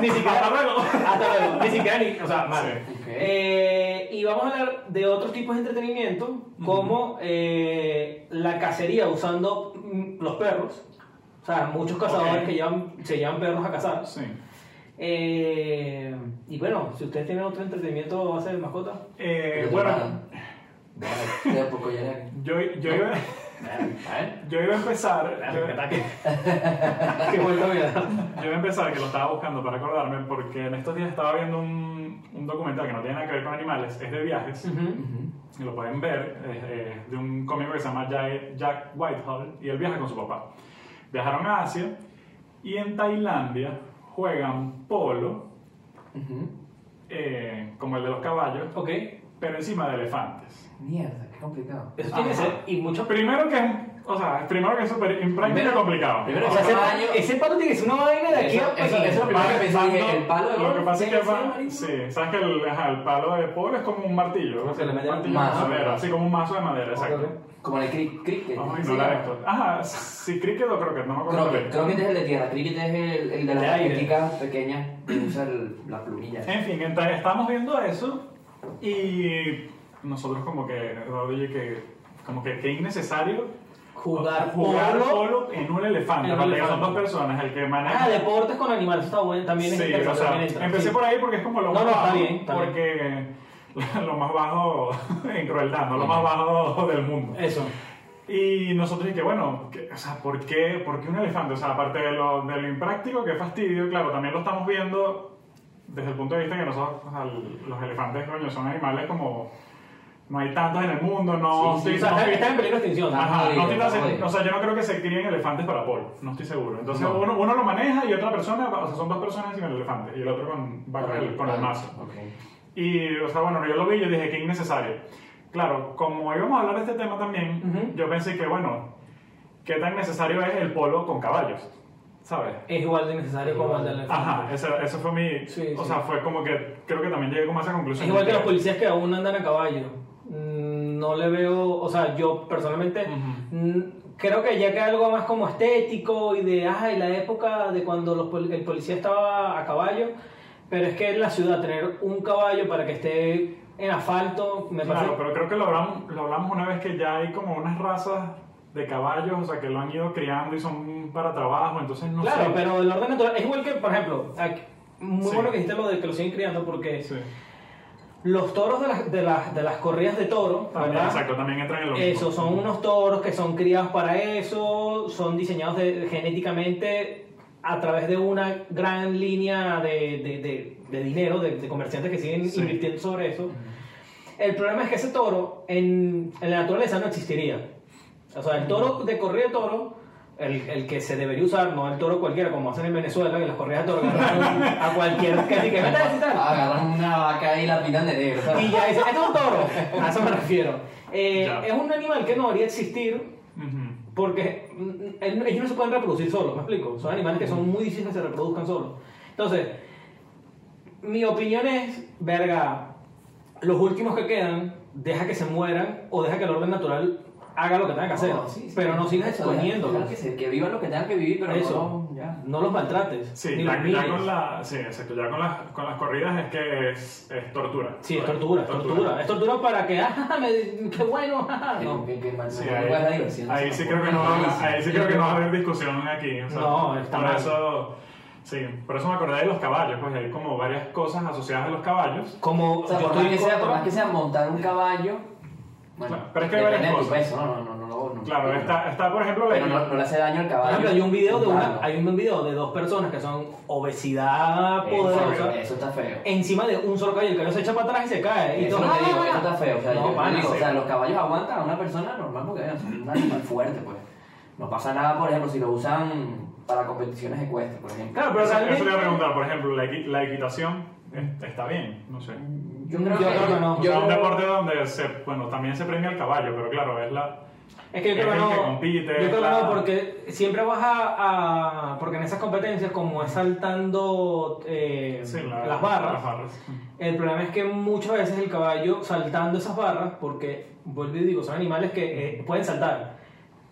Ni siquiera.
Hasta luego.
Hasta luego. Ni siquiera ni. O sea, mal.
Sí.
Ok.
Eh, y vamos a hablar de otros tipos de entretenimiento, como eh, la cacería usando mm, los perros. O sea, muchos cazadores
Ok.
que llevan, se llevan perros a cazar.
Sí.
Eh, y bueno, si ustedes tienen otro entretenimiento a base de mascotas,
Eh,
Pero
bueno,
nada. Vale, de a poco ya.
yo, yo, iba,
Vale.
yo iba a empezar. yo-
ataque. Qué buena vida.
Yo voy a empezar, que lo estaba buscando para acordarme, porque en estos días estaba viendo un, un documental que no tiene nada que ver con animales, es de viajes,
Ujú.
y lo pueden ver, es, eh, de un cómico que se llama Ja- Jack Whitehall, y él viaja con su papá. Viajaron a Asia, y en Tailandia juegan polo,
Ujú.
eh, como el de los caballos,
Ok,
pero encima de elefantes.
Mierda, qué complicado. Ah,
eso tiene que
Ajá.
ser. Y muchos
Primero que es, o sea, primero que es súper impráctico y
Primero-
complicado.
primero
O
que
sea, ese,
Caballo.
ese palo tiene que ser una vaina de aquí
Eso-
a
eso- eso es lo primero que pensé,
Pando-
dije, el palo de
Lo que
golf
pasa es que
tiene que ser
va-
amarillo.
sí, sabes que el, ajá, el palo de polo es como un martillo,
Como que le
un
meten un
martillo
mazo,
de madera,
¿verdad?
así como un mazo de madera, exacto.
Como en el cri- cricket.
Vamos a
¿sí?
ignorar esto. Ajá, si cricket o croquet, no me acuerdo.
Croquet,
cuál es.
croquet este es el de tierra, cricket es el, el de
De
las
aire.
raqueticas pequeñas que usa el- la plumilla.
En fin, entonces estamos viendo eso y nosotros como que, oye, que como que qué innecesario
Jugar
jugar
polo.
polo en un elefante,
En un
aparte que son dos
elefante.
personas, el que maneja
Ah, deportes con animales, está bueno, también es
Sí, o
interesante,
sea,
también entra,
empecé
sí.
por ahí porque es como lo
No,
más
no, está
bajo,
bien, está bien.
porque lo más bajo en crueldad, no lo más bajo del mundo.
Eso.
Y nosotros dije, bueno, que- o sea, ¿por qué, por qué un elefante? O sea, aparte de lo, de lo impráctico, qué fastidio, claro, también lo estamos viendo desde el punto de vista que nosotros, o sea, los elefantes, coño, son animales como... No hay tantos en el mundo, no...
Sí,
O
sí,
sea,
no
está-
sí.
está en peligro de extinción.
Ah.
Ajá,
jodido,
no estoy
está
tan-
jodido.
o sea, yo no creo que se críen elefantes para polo, no estoy seguro. Entonces
No.
uno, uno lo maneja y otra persona, o sea, son dos personas encima del elefante y el otro con, va con el, con el mazo.
Ok.
Y, o sea, bueno, yo lo vi y yo dije que innecesario. Claro, como íbamos a hablar de este tema también,
Ujú.
yo pensé que, bueno, ¿qué tan necesario es el polo con caballos? ¿Sabes?
Es igual de necesario como el del elefante.
Ajá, eso, eso fue mi...
Sí,
o
sí.
sea, fue como que, creo que también llegué como a esa conclusión.
Es Pues igual que los policías que aún andan a caballo. Mm, No le veo, o sea, yo personalmente
Ujú.
mm, creo que ya que algo más como estético y de, ay, la época de cuando los pol- el policía estaba a caballo, pero es que en la ciudad tener un caballo para que esté en asfalto, me parece...
Claro, pero creo que lo hablamos, lo hablamos una vez que ya hay como unas razas de caballos, o sea, que lo han ido criando y son para trabajo, entonces no
Claro,
sé.
pero el orden natural es igual que, por ejemplo, aquí- muy
Sí.
bueno que dijiste lo de que lo siguen criando porque
Sí.
los toros de las, de las, de las corridas de toro,
También,
¿verdad?
exacto, también entran en lo mismo.
Eso, son unos toros que son criados para eso, son diseñados de- genéticamente a través de una gran línea de, de- de- de dinero, de, de comerciantes que siguen
Sí.
invirtiendo sobre eso. El problema es que ese toro en, en la naturaleza no existiría. O sea, el toro de corrida de toro, el, el que se debería usar, no el toro cualquiera, como hacen en Venezuela, que las corridas de toro agarran a cualquier casi que "Vete a visitar".
Agarran una vaca y la pintan de negro. ¿sabes?
Y ya dice, "Este es un toro. A eso me refiero. Eh,
Ya.
es un animal que no debería existir
Ujú.
porque mm, el- ellos no se pueden reproducir solos, ¿me explico? Son animales que son muy difíciles que se reproduzcan solos. Entonces, mi opinión es, verga, los últimos que quedan, deja que se mueran o deja que el orden natural haga lo que tenga que hacer.
No, Oh, sí, sí.
pero no sigas
Eso, deja-
exponiéndolos.
deja Que, se- que vivan lo que tengan que vivir, pero
Eso.
no, ya.
No los maltrates.
Sí,
ni los
ya, ya
humilles.
con, la, sí, exacto, ya con, las, con las corridas es que es, es tortura.
Sí, es tortura, es tortura. Es tortura para que, ah, me, qué bueno, ah, no.
Que, que, que
Sí,
mantenga
ahí,
la diversión.
ahí sí creo que no va a haber, ahí sí creo que no va a haber discusión aquí. o sea,
No, está
por
mal.
Eso, sí, por eso me acordé de los caballos, pues hay como varias cosas asociadas a los caballos.
Como
O sea,
yo
por
estoy
más, que
en
sea, por
contra-
más que sea montar un caballo. Bueno,
Claro, pero es que hay
depende
varias
de tu
cosas.
peso, no, no, no, no, no, no.
Claro, está, está por ejemplo la-
Pero no, no le hace daño al
Por
caballo.
ejemplo, hay un video de
Claro.
una, hay un video de dos personas que son obesidad
Eso,
poderosa
Eso está feo.
encima de un solo caballo, el caballo se echa para atrás y se cae. Y
Eso
todo,
no te digo,
¡ah!
eso está feo. O sea,
No,
yo- yo
pana,
digo,
sí.
o sea, los caballos aguantan a una persona normal porque bueno, son un animal fuerte, pues. No pasa nada, por ejemplo, si lo usan para competiciones ecuestres, por ejemplo.
Claro, pero
Eso, eso
realmente-
le iba a preguntar, por ejemplo, la, equi- la equitación eh, está bien, no sé.
Yo
creo que- no.
O
yo
sea, un
creo-
deporte donde se, bueno, también se premia el caballo, pero claro, es la...
Es que yo
Es
creo que
el
no.
que compite,
yo creo que
claro.
no, porque siempre vas a, a- Porque en esas competencias, como es saltando eh,
sí, la-
las barras,
Las barras.
el problema es que muchas veces el caballo saltando esas barras, porque, vuelvo y digo, son animales que eh, pueden saltar,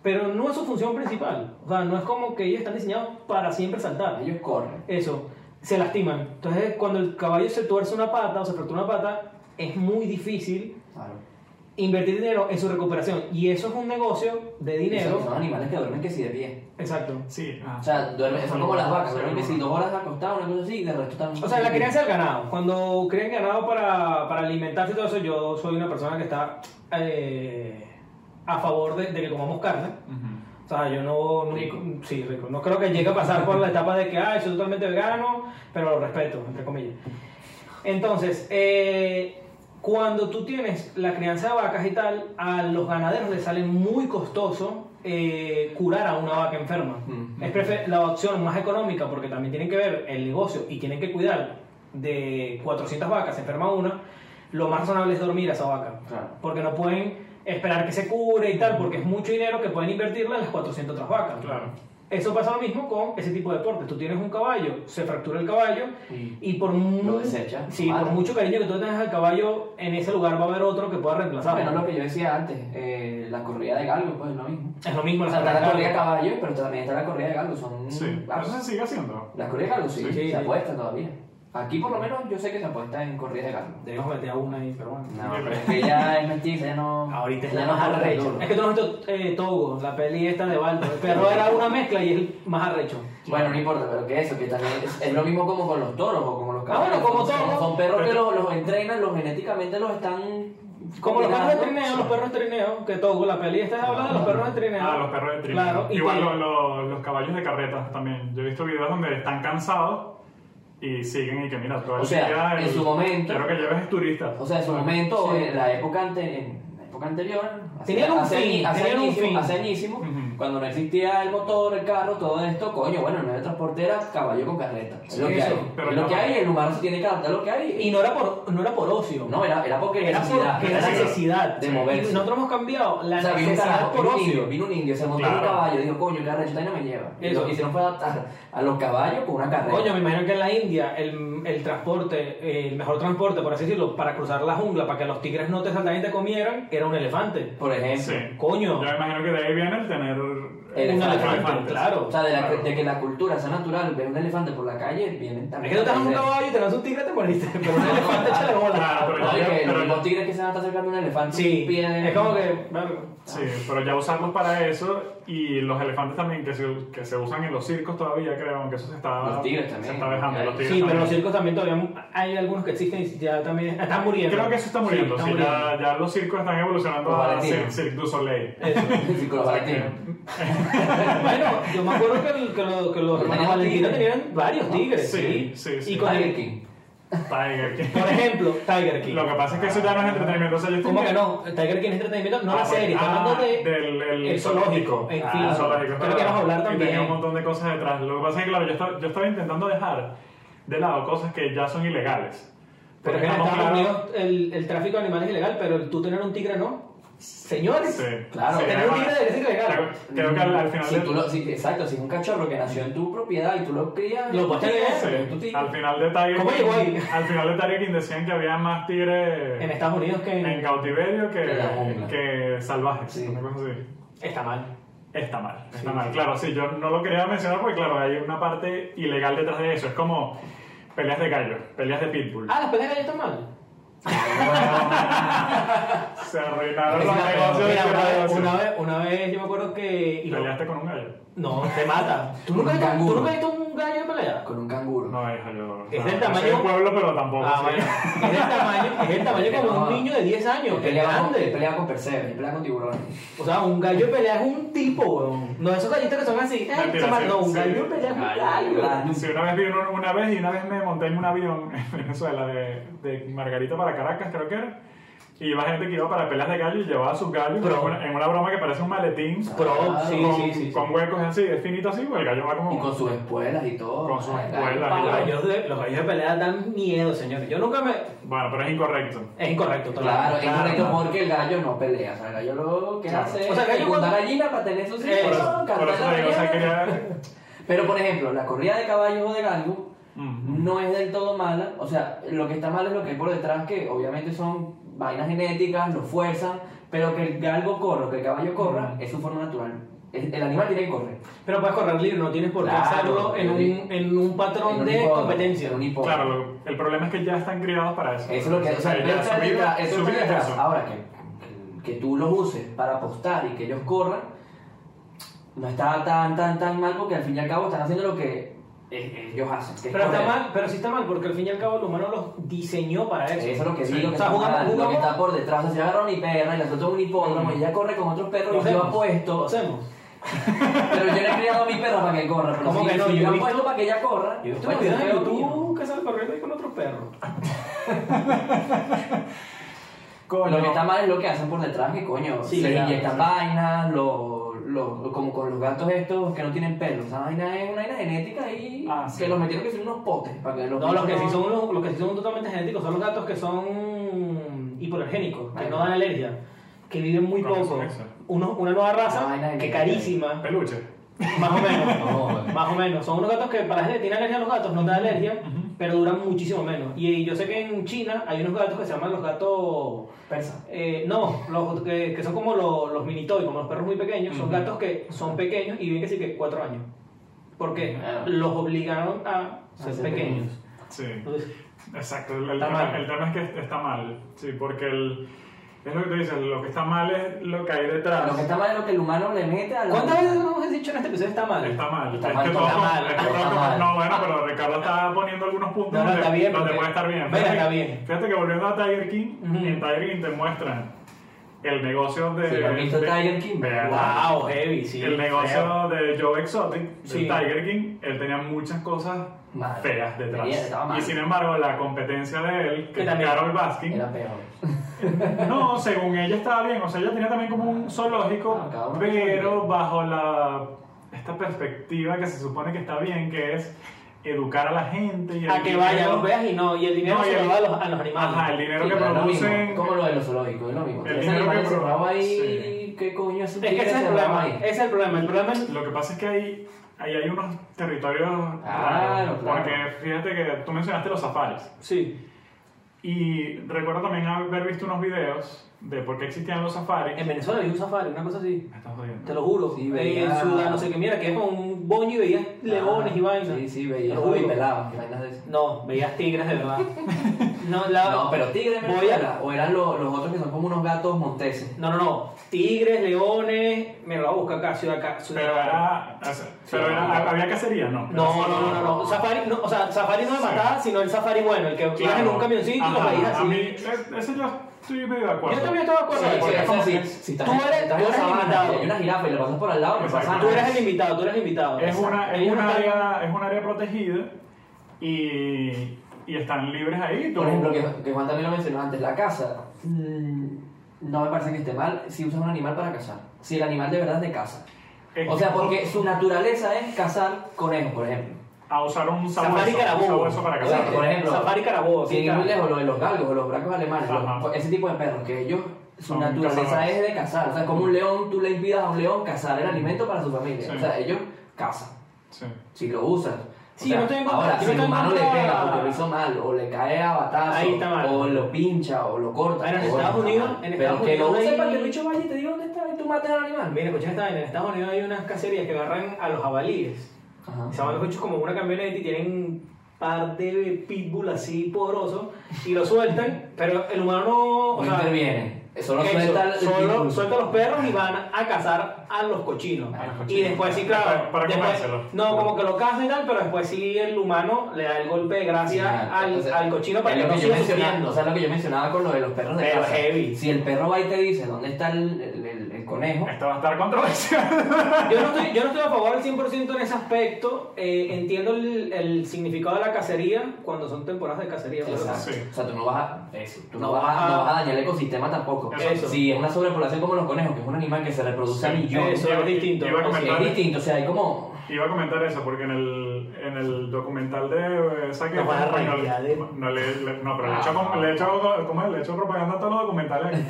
pero no es su función principal. O sea, no es como que ellos están diseñados para siempre saltar.
Ellos corren.
Eso, se lastiman. Entonces, cuando el caballo se tuerce una pata o se fractura una pata, es muy difícil
Claro.
invertir dinero en su recuperación. Y eso es un negocio de
Y
dinero.
Son, son animales que duermen que si de pie.
Exacto.
Sí, ah.
O sea, duermen, son como las vacas, duermen que si dos horas acostadas, una cosa así, y de resto están.
O sea, la crianza del ganado. Cuando creen ganado para, para alimentarse y todo eso, yo soy una persona que está eh, a favor de, de que comamos carne.
Ujú.
O sea, yo no, no-
Rico.
Sí, rico. No creo que llegue a pasar por la etapa de que, ay, soy totalmente vegano, pero lo respeto, entre comillas. Entonces, eh, cuando tú tienes la crianza de vacas y tal, a los ganaderos les sale muy costoso eh, curar a una vaca enferma.
Mm.
Es prefe- la opción más económica porque también tienen que ver el negocio y tienen que cuidar de 400 vacas, se enferma una, lo más razonable es dormir a esa vaca
Claro.
porque no pueden esperar que se cure y tal, porque es mucho dinero que pueden invertirla en las 400 otras vacas.
Claro.
Eso pasa lo mismo con ese tipo de deportes. Tú tienes un caballo, se fractura el caballo
Sí.
y por, mu-
Lo desecha,
sí,
mata.
por mucho cariño que tú le tengas al caballo, en ese lugar va a haber otro que pueda reemplazarlo.
Bueno, lo que yo decía antes, eh, la corrida de galgo, pues es lo mismo.
Es lo mismo.
O
las
sea, está la
carreras.
corrida de caballo, pero también está la corrida de galgo, son.
Mm,
Sí,
Ah,
eso se sigue haciendo.
Las corridas de galgo sí,
Sí, sí.
se apuesta todavía. Aquí por lo menos yo sé que se apuesta en corridas de galgo.
Debemos meter a una ahí, pero bueno.
No, pero es que ella es mestiza, ella no.
Ahorita es
ella
la
no
más
corre
arrecha.
duro.
Es que tú no has visto eh, Togo, la peli esta de Baldo. El perro era una mezcla y es el más arrecho.
Bueno, no importa, pero que eso, que también es, es lo mismo como con los toros o como los
Ah,
caballos.
bueno, como
Son-
todos.
Son perros que
Pero-
los, los entrenan, los genéticamente los están.
Como los perros de
cuidando.
trineo, los perros de trineo, que Togo, la peli
Ah,
esta habla de los perros de trineo.
Ah, los perros de trineo.
Claro, y
Igual
que-
lo- lo- los caballos de carretas también. Yo he visto videos donde están cansados y siguen y que mira, todo el
O sea,
día
en
el-
su momento-
Quiero que lleves turistas.
O sea, en su momento,
Sí.
en la época, ante- en la época anterior, hace-
Tenían un
hace
fin,
añi- hace
tenían un
añísimo-
fin.
hace añísimo,
Ujú.
cuando no existía el motor, el carro, todo esto, coño, bueno, no había transportera, caballo con carreta. Es
Sí,
lo que
eso,
hay.
pero
es lo
no.
que hay, el humano se tiene que adaptar a lo que hay.
Y no era por, no era por ocio.
no, era, era porque
era
necesidad,
por era
necesidad.
necesidad.
de moverse.
Nosotros hemos cambiado la
O sea, vino un
necesidad
carajo,
por
vino un
ocio.
indio, vino un indio, se montó en un
Claro.
caballo, dijo, coño, qué arrecho, esta vaina me lleva. Y
Eso.
lo que hicieron fue adaptar a los caballos con una carreta.
Coño, me imagino que en la India el, el transporte, eh, el mejor transporte, por así decirlo, para cruzar la jungla, para que los tigres no te saltaran y te comieran, era un elefante.
Por ejemplo.
Sí.
Coño,
Yo me imagino que de ahí viene el tener. eh,
El elefante,
claro.
O sea, de, la-
Claro.
de que la cultura sea natural, ver un elefante por la calle, vienen
es
también.
que tú estás en un
ideas.
caballo y te lanzas un tigre y te moriste, pero un
No, no,
elefante
claro.
échale bola.
Claro, pero
No,
ya-
y que
pero
los
ya-
los tigres que se van a estar acercando a un elefante,
Sí,
un pie de-
es como que... verga.
Sí, pero ya usarlos para eso y los elefantes también que se, que se usan en los circos todavía, creo, aunque eso se está.
Los tigres también.
Se está dejando. Los tigres
Sí, pero
también.
los circos también todavía hay algunos que existen y ya también están muriendo.
Creo que eso está muriendo.
Sí,
sí,
están
ya, ya los circos están evolucionando
Los
a
valentinos.
Cir- Cirque du Soleil.
muriendo. Eso.
Sí, con los palestinos.
Bueno, yo me acuerdo que, el- que, lo- que los
Pero tenían
hermanos Valentino
tigres.
tenían varios tigres,
Sí,
sí.
sí, sí.
Y con
Tiger
el,
King.
Tiger King.
por ejemplo, Tiger King.
Lo que pasa es que eso ya no es entretenimiento. O sea, yo estoy
¿Cómo que
bien-
no? Tiger King es entretenimiento, no
Ah,
la serie,
bueno.
está hablando
Ah,
de
del el,
el zoológico. En
Ah,
fin,
el zoológico.
creo que vamos a hablar
Y tenía un
también.
montón de cosas detrás. Lo que pasa es que, claro, yo estaba, yo estaba intentando dejar de lado cosas que ya son ilegales.
Pero que
Porque
en
estamos
Estados
claros-
Unidos el, el tráfico de animales es ilegal, pero el tú tener un tigre no. Señores,
Sí.
Claro,
Sí,
tener un
además,
hijo de electric legal.
Creo, creo que al, al final
Si
de
tú lo- si- exacto, si es un cachorro que nació en tu propiedad y tú lo crías,
Lo
tú
puedes
tienes,
Sí,
tú tienes.
al final de Tiger
pues, ¿Cómo
King-
llegó ahí?
Al final de Tiger King decían que había más tigres
en Estados Unidos que
en cautiverio que,
Que en la jungla.
que salvajes.
Sí.
una cosa así.
está mal.
Está mal, está mal. Claro, sí, yo no lo quería mencionar porque, claro, hay una parte ilegal detrás de eso. Es como peleas de gallo, peleas de pitbull.
Ah, las peleas están mal.
Se arruinaron los
Mira,
negocios. de
mira,
este
una, vez,
negocio.
una vez, una vez yo me acuerdo que. y lo-
¿Peleaste con un gallo?
no, te mata. ¿Tú nunca,
Un
has visto- ¿Tú
canguro.
nunca has visto un gallo de pelea?
Con un canguro.
No, hijo, yo.
Es del
no, no
tamaño-
soy un pueblo, pero tampoco.
Ah,
sí.
bueno. Es el tamaño, es el tamaño como
No.
un niño de 10 años,
Yo
que es
peleaba con- yo
grande.
peleaba con Perseo, yo peleaba con tiburones.
O sea, un gallo de pelea es un tipo, weón. No esos gallitos que son así. eh,
Mentira,
chaval,
sí,
no, un
sí.
gallo de pelea es un
Gallo,
gallo.
gallo.
Sí, una vez vi uno- una vez y una vez me monté en un avión en Venezuela de, de Margarita para Caracas, creo que era. Y iba gente que iba para peleas de gallo y llevaba sus gallos
Pro.
en una- en una broma que parece un maletín.
Pro, sí,
con,
sí, sí, sí.
con huecos así, es finito así, pues el gallo va como.
Y con sus espuelas y todo.
Con sus
Ay,
espuelas,
gallo,
Los
mira.
gallo.
gallos de- los gallos de pelea dan miedo, señores. Yo nunca me.
Bueno, pero es incorrecto.
Es incorrecto,
Claro, es correcto
claro.
porque el gallo no pelea. O sea, el gallo lo que
Claro.
hace
O sea, el gallo
es juntar
cuando-
gallina para tener sus
Eso,
hijos, cantar
Eh, Por eso
la
te digo, o sea,
mañana.
quería.
Pero por ejemplo, la corrida de caballos o de galgo
Mm.
no es del todo mala. O sea, lo que está mal es lo que hay por detrás, que obviamente son vainas genéticas, lo fuerzan, pero que el galgo corra, que el caballo corra, es su forma natural. El, el animal tiene que correr.
Pero puedes correr libre, no tienes por qué
Claro,
hacerlo en
sí.
un, en un patrón
En un
de
hipódromo,
competencia.
en un hipódromo.
Claro, lo- el problema es que ya están criados para eso.
Eso es lo que. O sea,
ya
el perro está
subir-
detrás, eso está
subir es
detrás.
eso.
Ahora que, que tú los uses para apostar y que ellos corran, no está tan, tan, tan mal porque al fin y al cabo están haciendo lo que eh, ellos hacen. que es
Pero, está
correr.
mal, pero sí está mal, porque al fin y al cabo el humano los diseñó para eso.
Eso es lo que
Sí.
digo, que
O sea,
está
jugamos-
mal, lo que
jugamos-
está por detrás. O sea, si agarra a mi perra y la suelto a un
Mm.
hipódromo y ella corre con otros perros y yo
Lo
apuesto.
hacemos.
Pero yo no he criado a mi perra para que corra. Pero
¿Cómo
si,
que no?
si yo
Yo he visto-
apuesto para que ella corra,
Yo
tú
estoy
no
cuidando
creo
tú
mío.
que sales corriendo ahí con otro perro.
Coño.
Lo que está mal es lo que hacen por detrás, que coño,
Sí,
se
claro,
inyectan
sí.
vainas, lo, lo- lo- como con los gatos estos que no tienen pelo. Esa vaina es una vaina genética y
Ah,
que
sí.
los metieron que son unos potes. Para que los
No, los que sí
bichos no-
son, los, los que sí son totalmente genéticos son los gatos que son hipoalergénicos, que
Ay,
no
no.
dan alergia, que viven muy
¿Cómo
poco.
son esos?
Uno- una nueva raza
Ay, ay,
que
ay.
carísima,
Peluche.
más o menos.
No,
Más o menos. Son unos gatos que para la gente que tiene alergia a los gatos no da alergia, pero duran muchísimo menos. Y, yo sé que en China hay unos gatos que se llaman los gatos.
Persa.
eh, no, los que, que son como los, los minitoy, como los perros muy pequeños. Son
Ujú.
gatos que son pequeños y viven que sí que cuatro años. Porque
Ah.
los obligaron a ser
ser
pequeños.
pequeños.
Sí.
Entonces,
Exacto, el, el
Está
tema,
mal.
el tema es que está mal, sí, porque el, es lo que tú dices, lo que está mal es lo que hay detrás.
Lo que está mal es lo que el humano le mete a la.
¿Cuántas veces hemos dicho en este episodio está mal?
Está mal.
Está
es
mal,
que
está
todos-
mal,
es que
está
todos-
mal.
No, bueno, pero Ricardo está poniendo algunos puntos
No, no,
donde,
está bien,
donde
porque-
puede estar bien.
Mira, está bien.
Fíjate que volviendo a Tiger King,
Ujú.
en Tiger King te muestran el negocio de...
Sí, ¿has visto
de-
Tiger King?
Vea,
Wow, heavy, sí.
el negocio de Joe Exotic,
Sí.
de Tiger King, él tenía muchas cosas
Mal.
feas
Tenía- estaba
detrás.
mal.
Y sin embargo, la competencia de él, que
Que
es
también-
Carol Baskin,
Era peor.
No, según ella estaba bien, o sea, ella tenía también como un zoológico,
Ah, cada uno tiene
pero
su
bajo la esta perspectiva que se supone que está bien, que es educar a la gente y el
A que
dinero-
vaya, los veas y no, y el dinero
No, y
se
el-
lo va a los, a los animales.
Ajá, el dinero
Sí,
que
pero es lo mismo,
producen.
Como lo de los zoológicos, es lo mismo.
El
Ese
dinero
animal
que pro-
encerrado ahí,
sí.
¿qué coño hace
Es
un
que
tigre
ese es el
encerrado
problema,
ahí?
ese es el problema. El problema es...
Lo que pasa es que hay, hay, hay unos territorios
Claro,
raros,
claro.
porque fíjate que tú mencionaste los safaris.
Sí.
Y recuerdo también haber visto unos videos de por qué existían los safaris.
En Venezuela había un safari, una cosa así.
Me estás jodiendo.
Te lo juro.
Sí,
Eh,
veía- Ah,
en Sudán, no sé qué, mira, que es con un boño y veías leones y vainas.
Sí, sí,
Te
veía.
lo juro.
Y pelados, y vainas de eso.
No, veías tigres de verdad. no, la...
No, pero tigres
Voy a-
Venezuela, o eran lo- los otros que son como unos gatos monteses.
No, no, no. Tigres, leones... Me lo voy a buscar acá, ciudad acá. Ciudad
Pero era, o sea, pero era- había cacería, ¿no?
No, no, no, no, no. Safari, no, o sea, safari no de
Sí.
matada, sino el safari bueno, el que ibas en un camioncito y lo
Ajá,
veías así.
A mí, es- ese yo estoy medio de acuerdo.
Yo también estoy de acuerdo.
Sí,
porque
sí,
es
o
como
sea,
que
si- si estás
tú
en-
eres-
estás
tú
en la
eres
sabana
limitado.
y hay una jirafa y le pasas por al lado, no
Exacto.
pasa nada.
Tú eres el invitado, tú eres el invitado.
Es una, es,
Ellos
un
no están-
área, es un área protegida y, y están libres ahí. tú-
Por ejemplo, que, que Juan también lo mencionó antes, la caza. mm, no me parece que esté mal si usas un animal para cazar. Si el animal de verdad es de caza.
Es-
O sea, porque su naturaleza es cazar conejos, por ejemplo.
A usar un
Safari
sabueso, un
Carabobo.
sabueso para
Oye,
cazar.
por ejemplo,
Safari Carabobo.
Si
sí,
ir
claro.
muy lejos, lo de los galgos o los bracos alemanes,
Ajá.
lo- ese tipo de perros que ellos su
Son
naturaleza
cazadores.
es de cazar. O sea, como un león, tú le impidas a un león cazar el alimento para su familia.
Sí.
O sea, ellos cazan,
Sí.
si lo usan. O sea,
Sí, yo no estoy en contra-
ahora,
yo no
si el
estoy en
humano le
contra-
pega porque lo hizo mal, o le cae a batazo,
Ahí está mal.
o lo pincha, o lo corta.
Ahora, en
o bueno,
Estados
está
Unidos-
mal.
en
Pero
Estados
que lo
Unidos
usen
hay-
para que el bicho vaya y te diga dónde está y tú mates al animal.
Mira, escucha esta vaina. En Estados Unidos hay unas cacerías que agarran a los jabalíes.
Ajá.
Se van los coches como una camioneta y tienen un par de pitbull así poderosos y lo sueltan, pero el humano no.
No interviene. Solo
eso,
suelta el- el
solo
pitbull.
suelta a los perros y van a cazar a los cochinos.
A los
Y
cochinos.
después sí, claro.
Para- para
después-
comérselos.
No, como que lo cazan y tal, pero después sí el humano le da el golpe de gracia
Claro,
al,
entonces,
al cochino para
es lo
que no
que yo
siga
mencionaba,
sufriendo.
O sea, lo que yo mencionaba con lo de los perros de
Pero
casa.
heavy.
Si el perro va y te dice dónde está el, el- el- el conejo,
Esto va a estar controversial.
Yo no, estoy, yo no estoy a favor al 100% en ese aspecto. Eh, entiendo el, el significado de la cacería cuando son temporadas de cacería. ¿verdad?
exacto.
sí.
O sea, tú no vas a, eso, tú no
No
vas a,
vas a-
no vas a dañar el ecosistema tampoco.
Eso.
Si es una sobrepoblación como los conejos, que es un animal que se reproduce a
Sí,
millones,
eso es distinto.
Iba a
Sí,
es
comentar,
distinto. O sea, hay como.
iba a comentar eso, porque en el, en el documental de eh, Zack
Nos van a ¿eh?
Efron, no,
rayar de-
no, le, le- no, pero le
Ah.
echó como- le echó- ¿cómo es? Le echó propaganda a todos los documentales.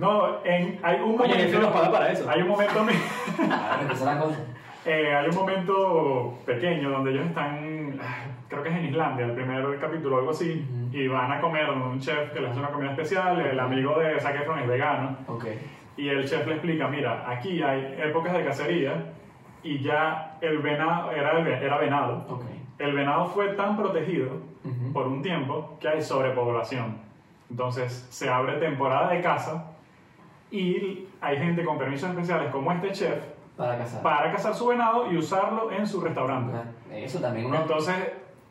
No, en, hay un
Oye, Netflix nos
momento...
paga para eso.
Hay un momento...
Claro, esa es la cosa.
Eh, hay un momento pequeño donde ellos están, ah, creo que es en Islandia, el primer capítulo o algo así, y van a comer donde un chef que les hace una comida especial, el amigo de Zac Efron es vegano,
Ok.
y el chef le explica, mira, aquí hay épocas de cacería y ya el venado, era, el ve- era venado,
Ok.
el venado fue tan protegido
Ujú.
por un tiempo que hay sobrepoblación. Entonces se abre temporada de caza y hay gente con permisos especiales como este chef
Para cazar.
para cazar su venado y usarlo en su restaurante.
Ajá. Eso también uno.
Entonces,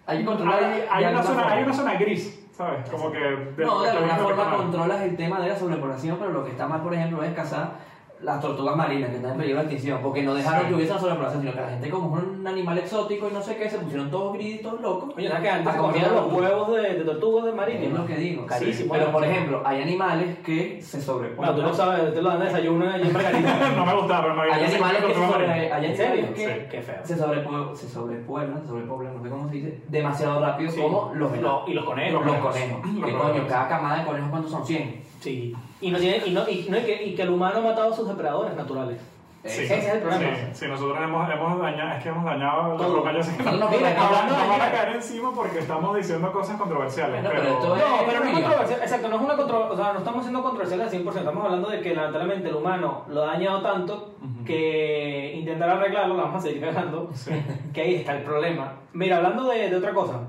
Hay que controlar.
Ah, hay,
de
hay una
alguna
zona,
forma.
hay una zona gris, ¿sabes? Como que... de-
No, de alguna
que-
forma controlas el tema de la sobrepoblación, pero lo que está mal, por ejemplo, es cazar las tortugas marinas que están en peligro de extinción, porque no dejaron
Sí.
que hubiese una sobrepoblación, sino que la gente como es un animal exótico y no sé qué, se pusieron todos gritos locos.
Coño, ¿sabes que antes
a
se
comer
comían los
tortugas?
huevos de, de tortugas de
Es lo
marino?
que digo.
Carísimo.
Pero, por ejemplo, hay animales que se
Bueno, tú
sobreponen.
no sabes, te lo dan de desayuno allí en Margarita.
no me gusta, pero me
Hay
parece
animales que se
tortuga
sobre-
marina.
hay
¿En
animales
serio?
que
Sí, qué feo.
se sobrepo- se sobrepueblan, se sobrepoblan, no sé cómo se dice, demasiado rápido,
Sí.
como los venados.
Lo- y los conejos.
Los, conejos.
Los
Que
conejos.
coño, cada camada de conejos, ¿cuántos son? 100.
Sí. Y, no tiene, y, no, y, no, y, que, y que el humano ha matado a sus depredadores naturales.
Sí,
Ese es el problema.
Sí, sí, nosotros hemos, hemos dañado, es que hemos dañado la
Todo.
ropa, yo sé que
No,
no-
mira,
no-
hablando
no
de
van a
animales.
caer encima porque estamos diciendo cosas controversiales,
Bueno,
pero,
pero esto es-
No, pero no es
Mira.
controversial, exacto, no es una contro- o sea, no estamos siendo controversiales al 100%, estamos hablando de que lamentablemente el humano lo ha dañado tanto que intentar arreglarlo, la vamos a seguir cagando, que ahí está el problema. Mira, hablando de, de otra cosa,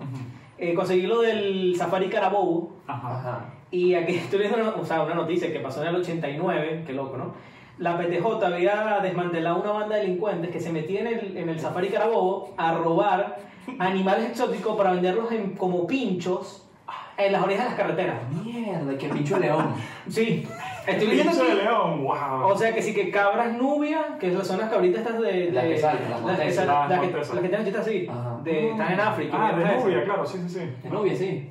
eh, conseguí lo del Safari Carabobo
Ajá.
Ajá.
y aquí estoy viendo una, o sea, una noticia que pasó en el 89, qué loco, ¿no? La PTJ había desmantelado una banda de delincuentes que se metía en el, en el Safari Carabobo a robar animales exóticos para venderlos en- como pinchos en las orejas de las carreteras.
Mierda, qué pincho león.
Sí, estoy leyendo
Pincho de
aquí.
león, wow.
O sea que sí que cabras nubias, que son las cabritas estas de... de-
Las que salen, las
que
montesas.
salen,
Las
las que-
montesas.
las que tienen chitas así,
Ajá.
de, están en África.
Ah,
mierda
de
esa.
rubia, claro, sí, sí, sí.
En novia, sí.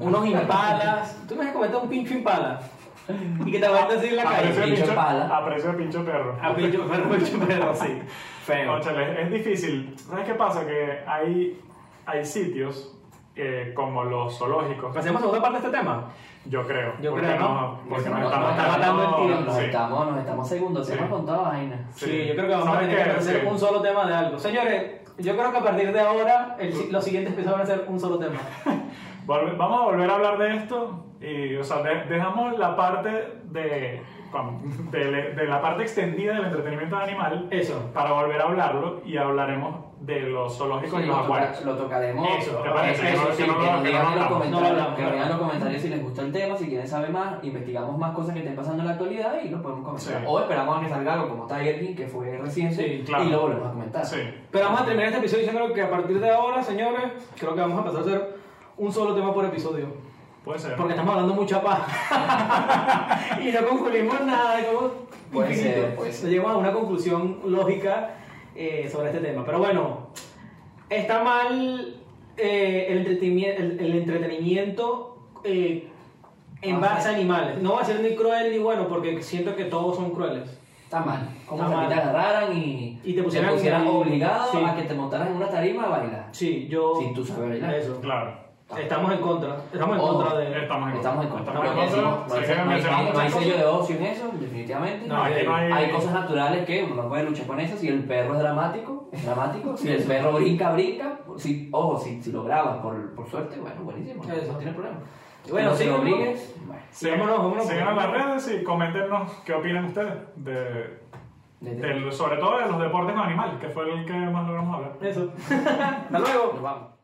Unos impalas. ¿Tú me has comentado un pincho impala? Y que
Ah,
te aguanta así en la
Aprecio
calle.
de
Pincho
pincho,
pala.
aprecio de pincho perro.
A pincho perro, pincho perro, sí. Feo.
Cónchale, es difícil. ¿Sabes qué pasa? Que hay, hay sitios eh, como los zoológicos,
Pasemos a otra parte de este tema.
yo creo.
Yo
porque
creo,
no,
¿no?
porque
No, no,
nos estamos
nos está
matando el tiempo.
Nos
sí.
estamos, nos estamos segundos,
Sí.
hemos contado vaina.
Sí,
Sí.
yo creo que vamos a
¿Sabes
tener que
qué?
hacer
Sí.
un solo tema de algo. Señores, yo creo que a partir de ahora el si- los siguientes episodios van a ser un solo tema.
Volve- vamos a volver a hablar de esto y, o sea, de- dejamos la parte de, como, de, le- de la parte extendida del entretenimiento animal
Eso.
para volver a hablarlo y hablaremos de los zoológicos y los
lo, toca-
acuarios.
lo tocaremos. eh,
Eso, Eh, ¿te parece?
Eso,
Que
sí,
no- que no
que
lo-
nos
que no
digan
lo
en los
hablamos.
No lo
comentarios, que
hablamos, claro.
vean en los comentarios si les gustó el tema, si quieren saber más, investigamos más cosas que estén pasando en la actualidad y lo podemos comentar.
Sí.
O esperamos a que salga algo como Tiger King, que fue reciente,
Sí, claro.
y lo volvemos a comentar.
Sí.
Pero vamos a terminar este episodio diciendo que a partir de ahora, señores, creo que vamos a empezar a hacer un solo tema por episodio.
Puede ser.
Porque estamos hablando mucha paz. y no concluimos nada. como
Puede ser,
infinito.
puede ser.
No Llegamos a una conclusión lógica eh, sobre este tema. Pero bueno, está mal eh, el, entreteni- el- el entretenimiento eh, en
Ah,
base
sí.
a animales. No va a ser ni cruel ni bueno, porque siento que todos son crueles.
Está mal. Como
Está
si a ti te
mal.
agarraran y,
Y te pusieran-
obligado
Sí.
a que te montaras en una tarima a bailar.
Sí, yo...
Sin tú saber Oh. bailar.
Eso.
Claro.
Estamos en contra. Estamos en
Ojo.
contra de.
Estamos en
Estamos en contra.
Estamos en
porque decimos,
contra.
no hay-
Se quedan
no hay-
mencionando
No hay
muchas
sello
cosas.
de ocio en eso, definitivamente.
No, aquí no hay-
Hay cosas naturales que uno puede luchar con eso. Si el perro es dramático, es dramático. Si el perro brinca, brinca. Si, ojo, si, si lo grabas por, por suerte, bueno, buenísimo. No,
Eso.
no tiene problema.
Y bueno,
Pero si
sí,
lo
¿no?
obligues, bueno.
Sí,
Vámonos, vámonos.
Síganos en las redes y coméntenos qué opinan ustedes de,
desde-
del- sobre todo de los deportes con animales, que fue el que más logramos hablar.
Eso. Hasta luego.
Nos vamos.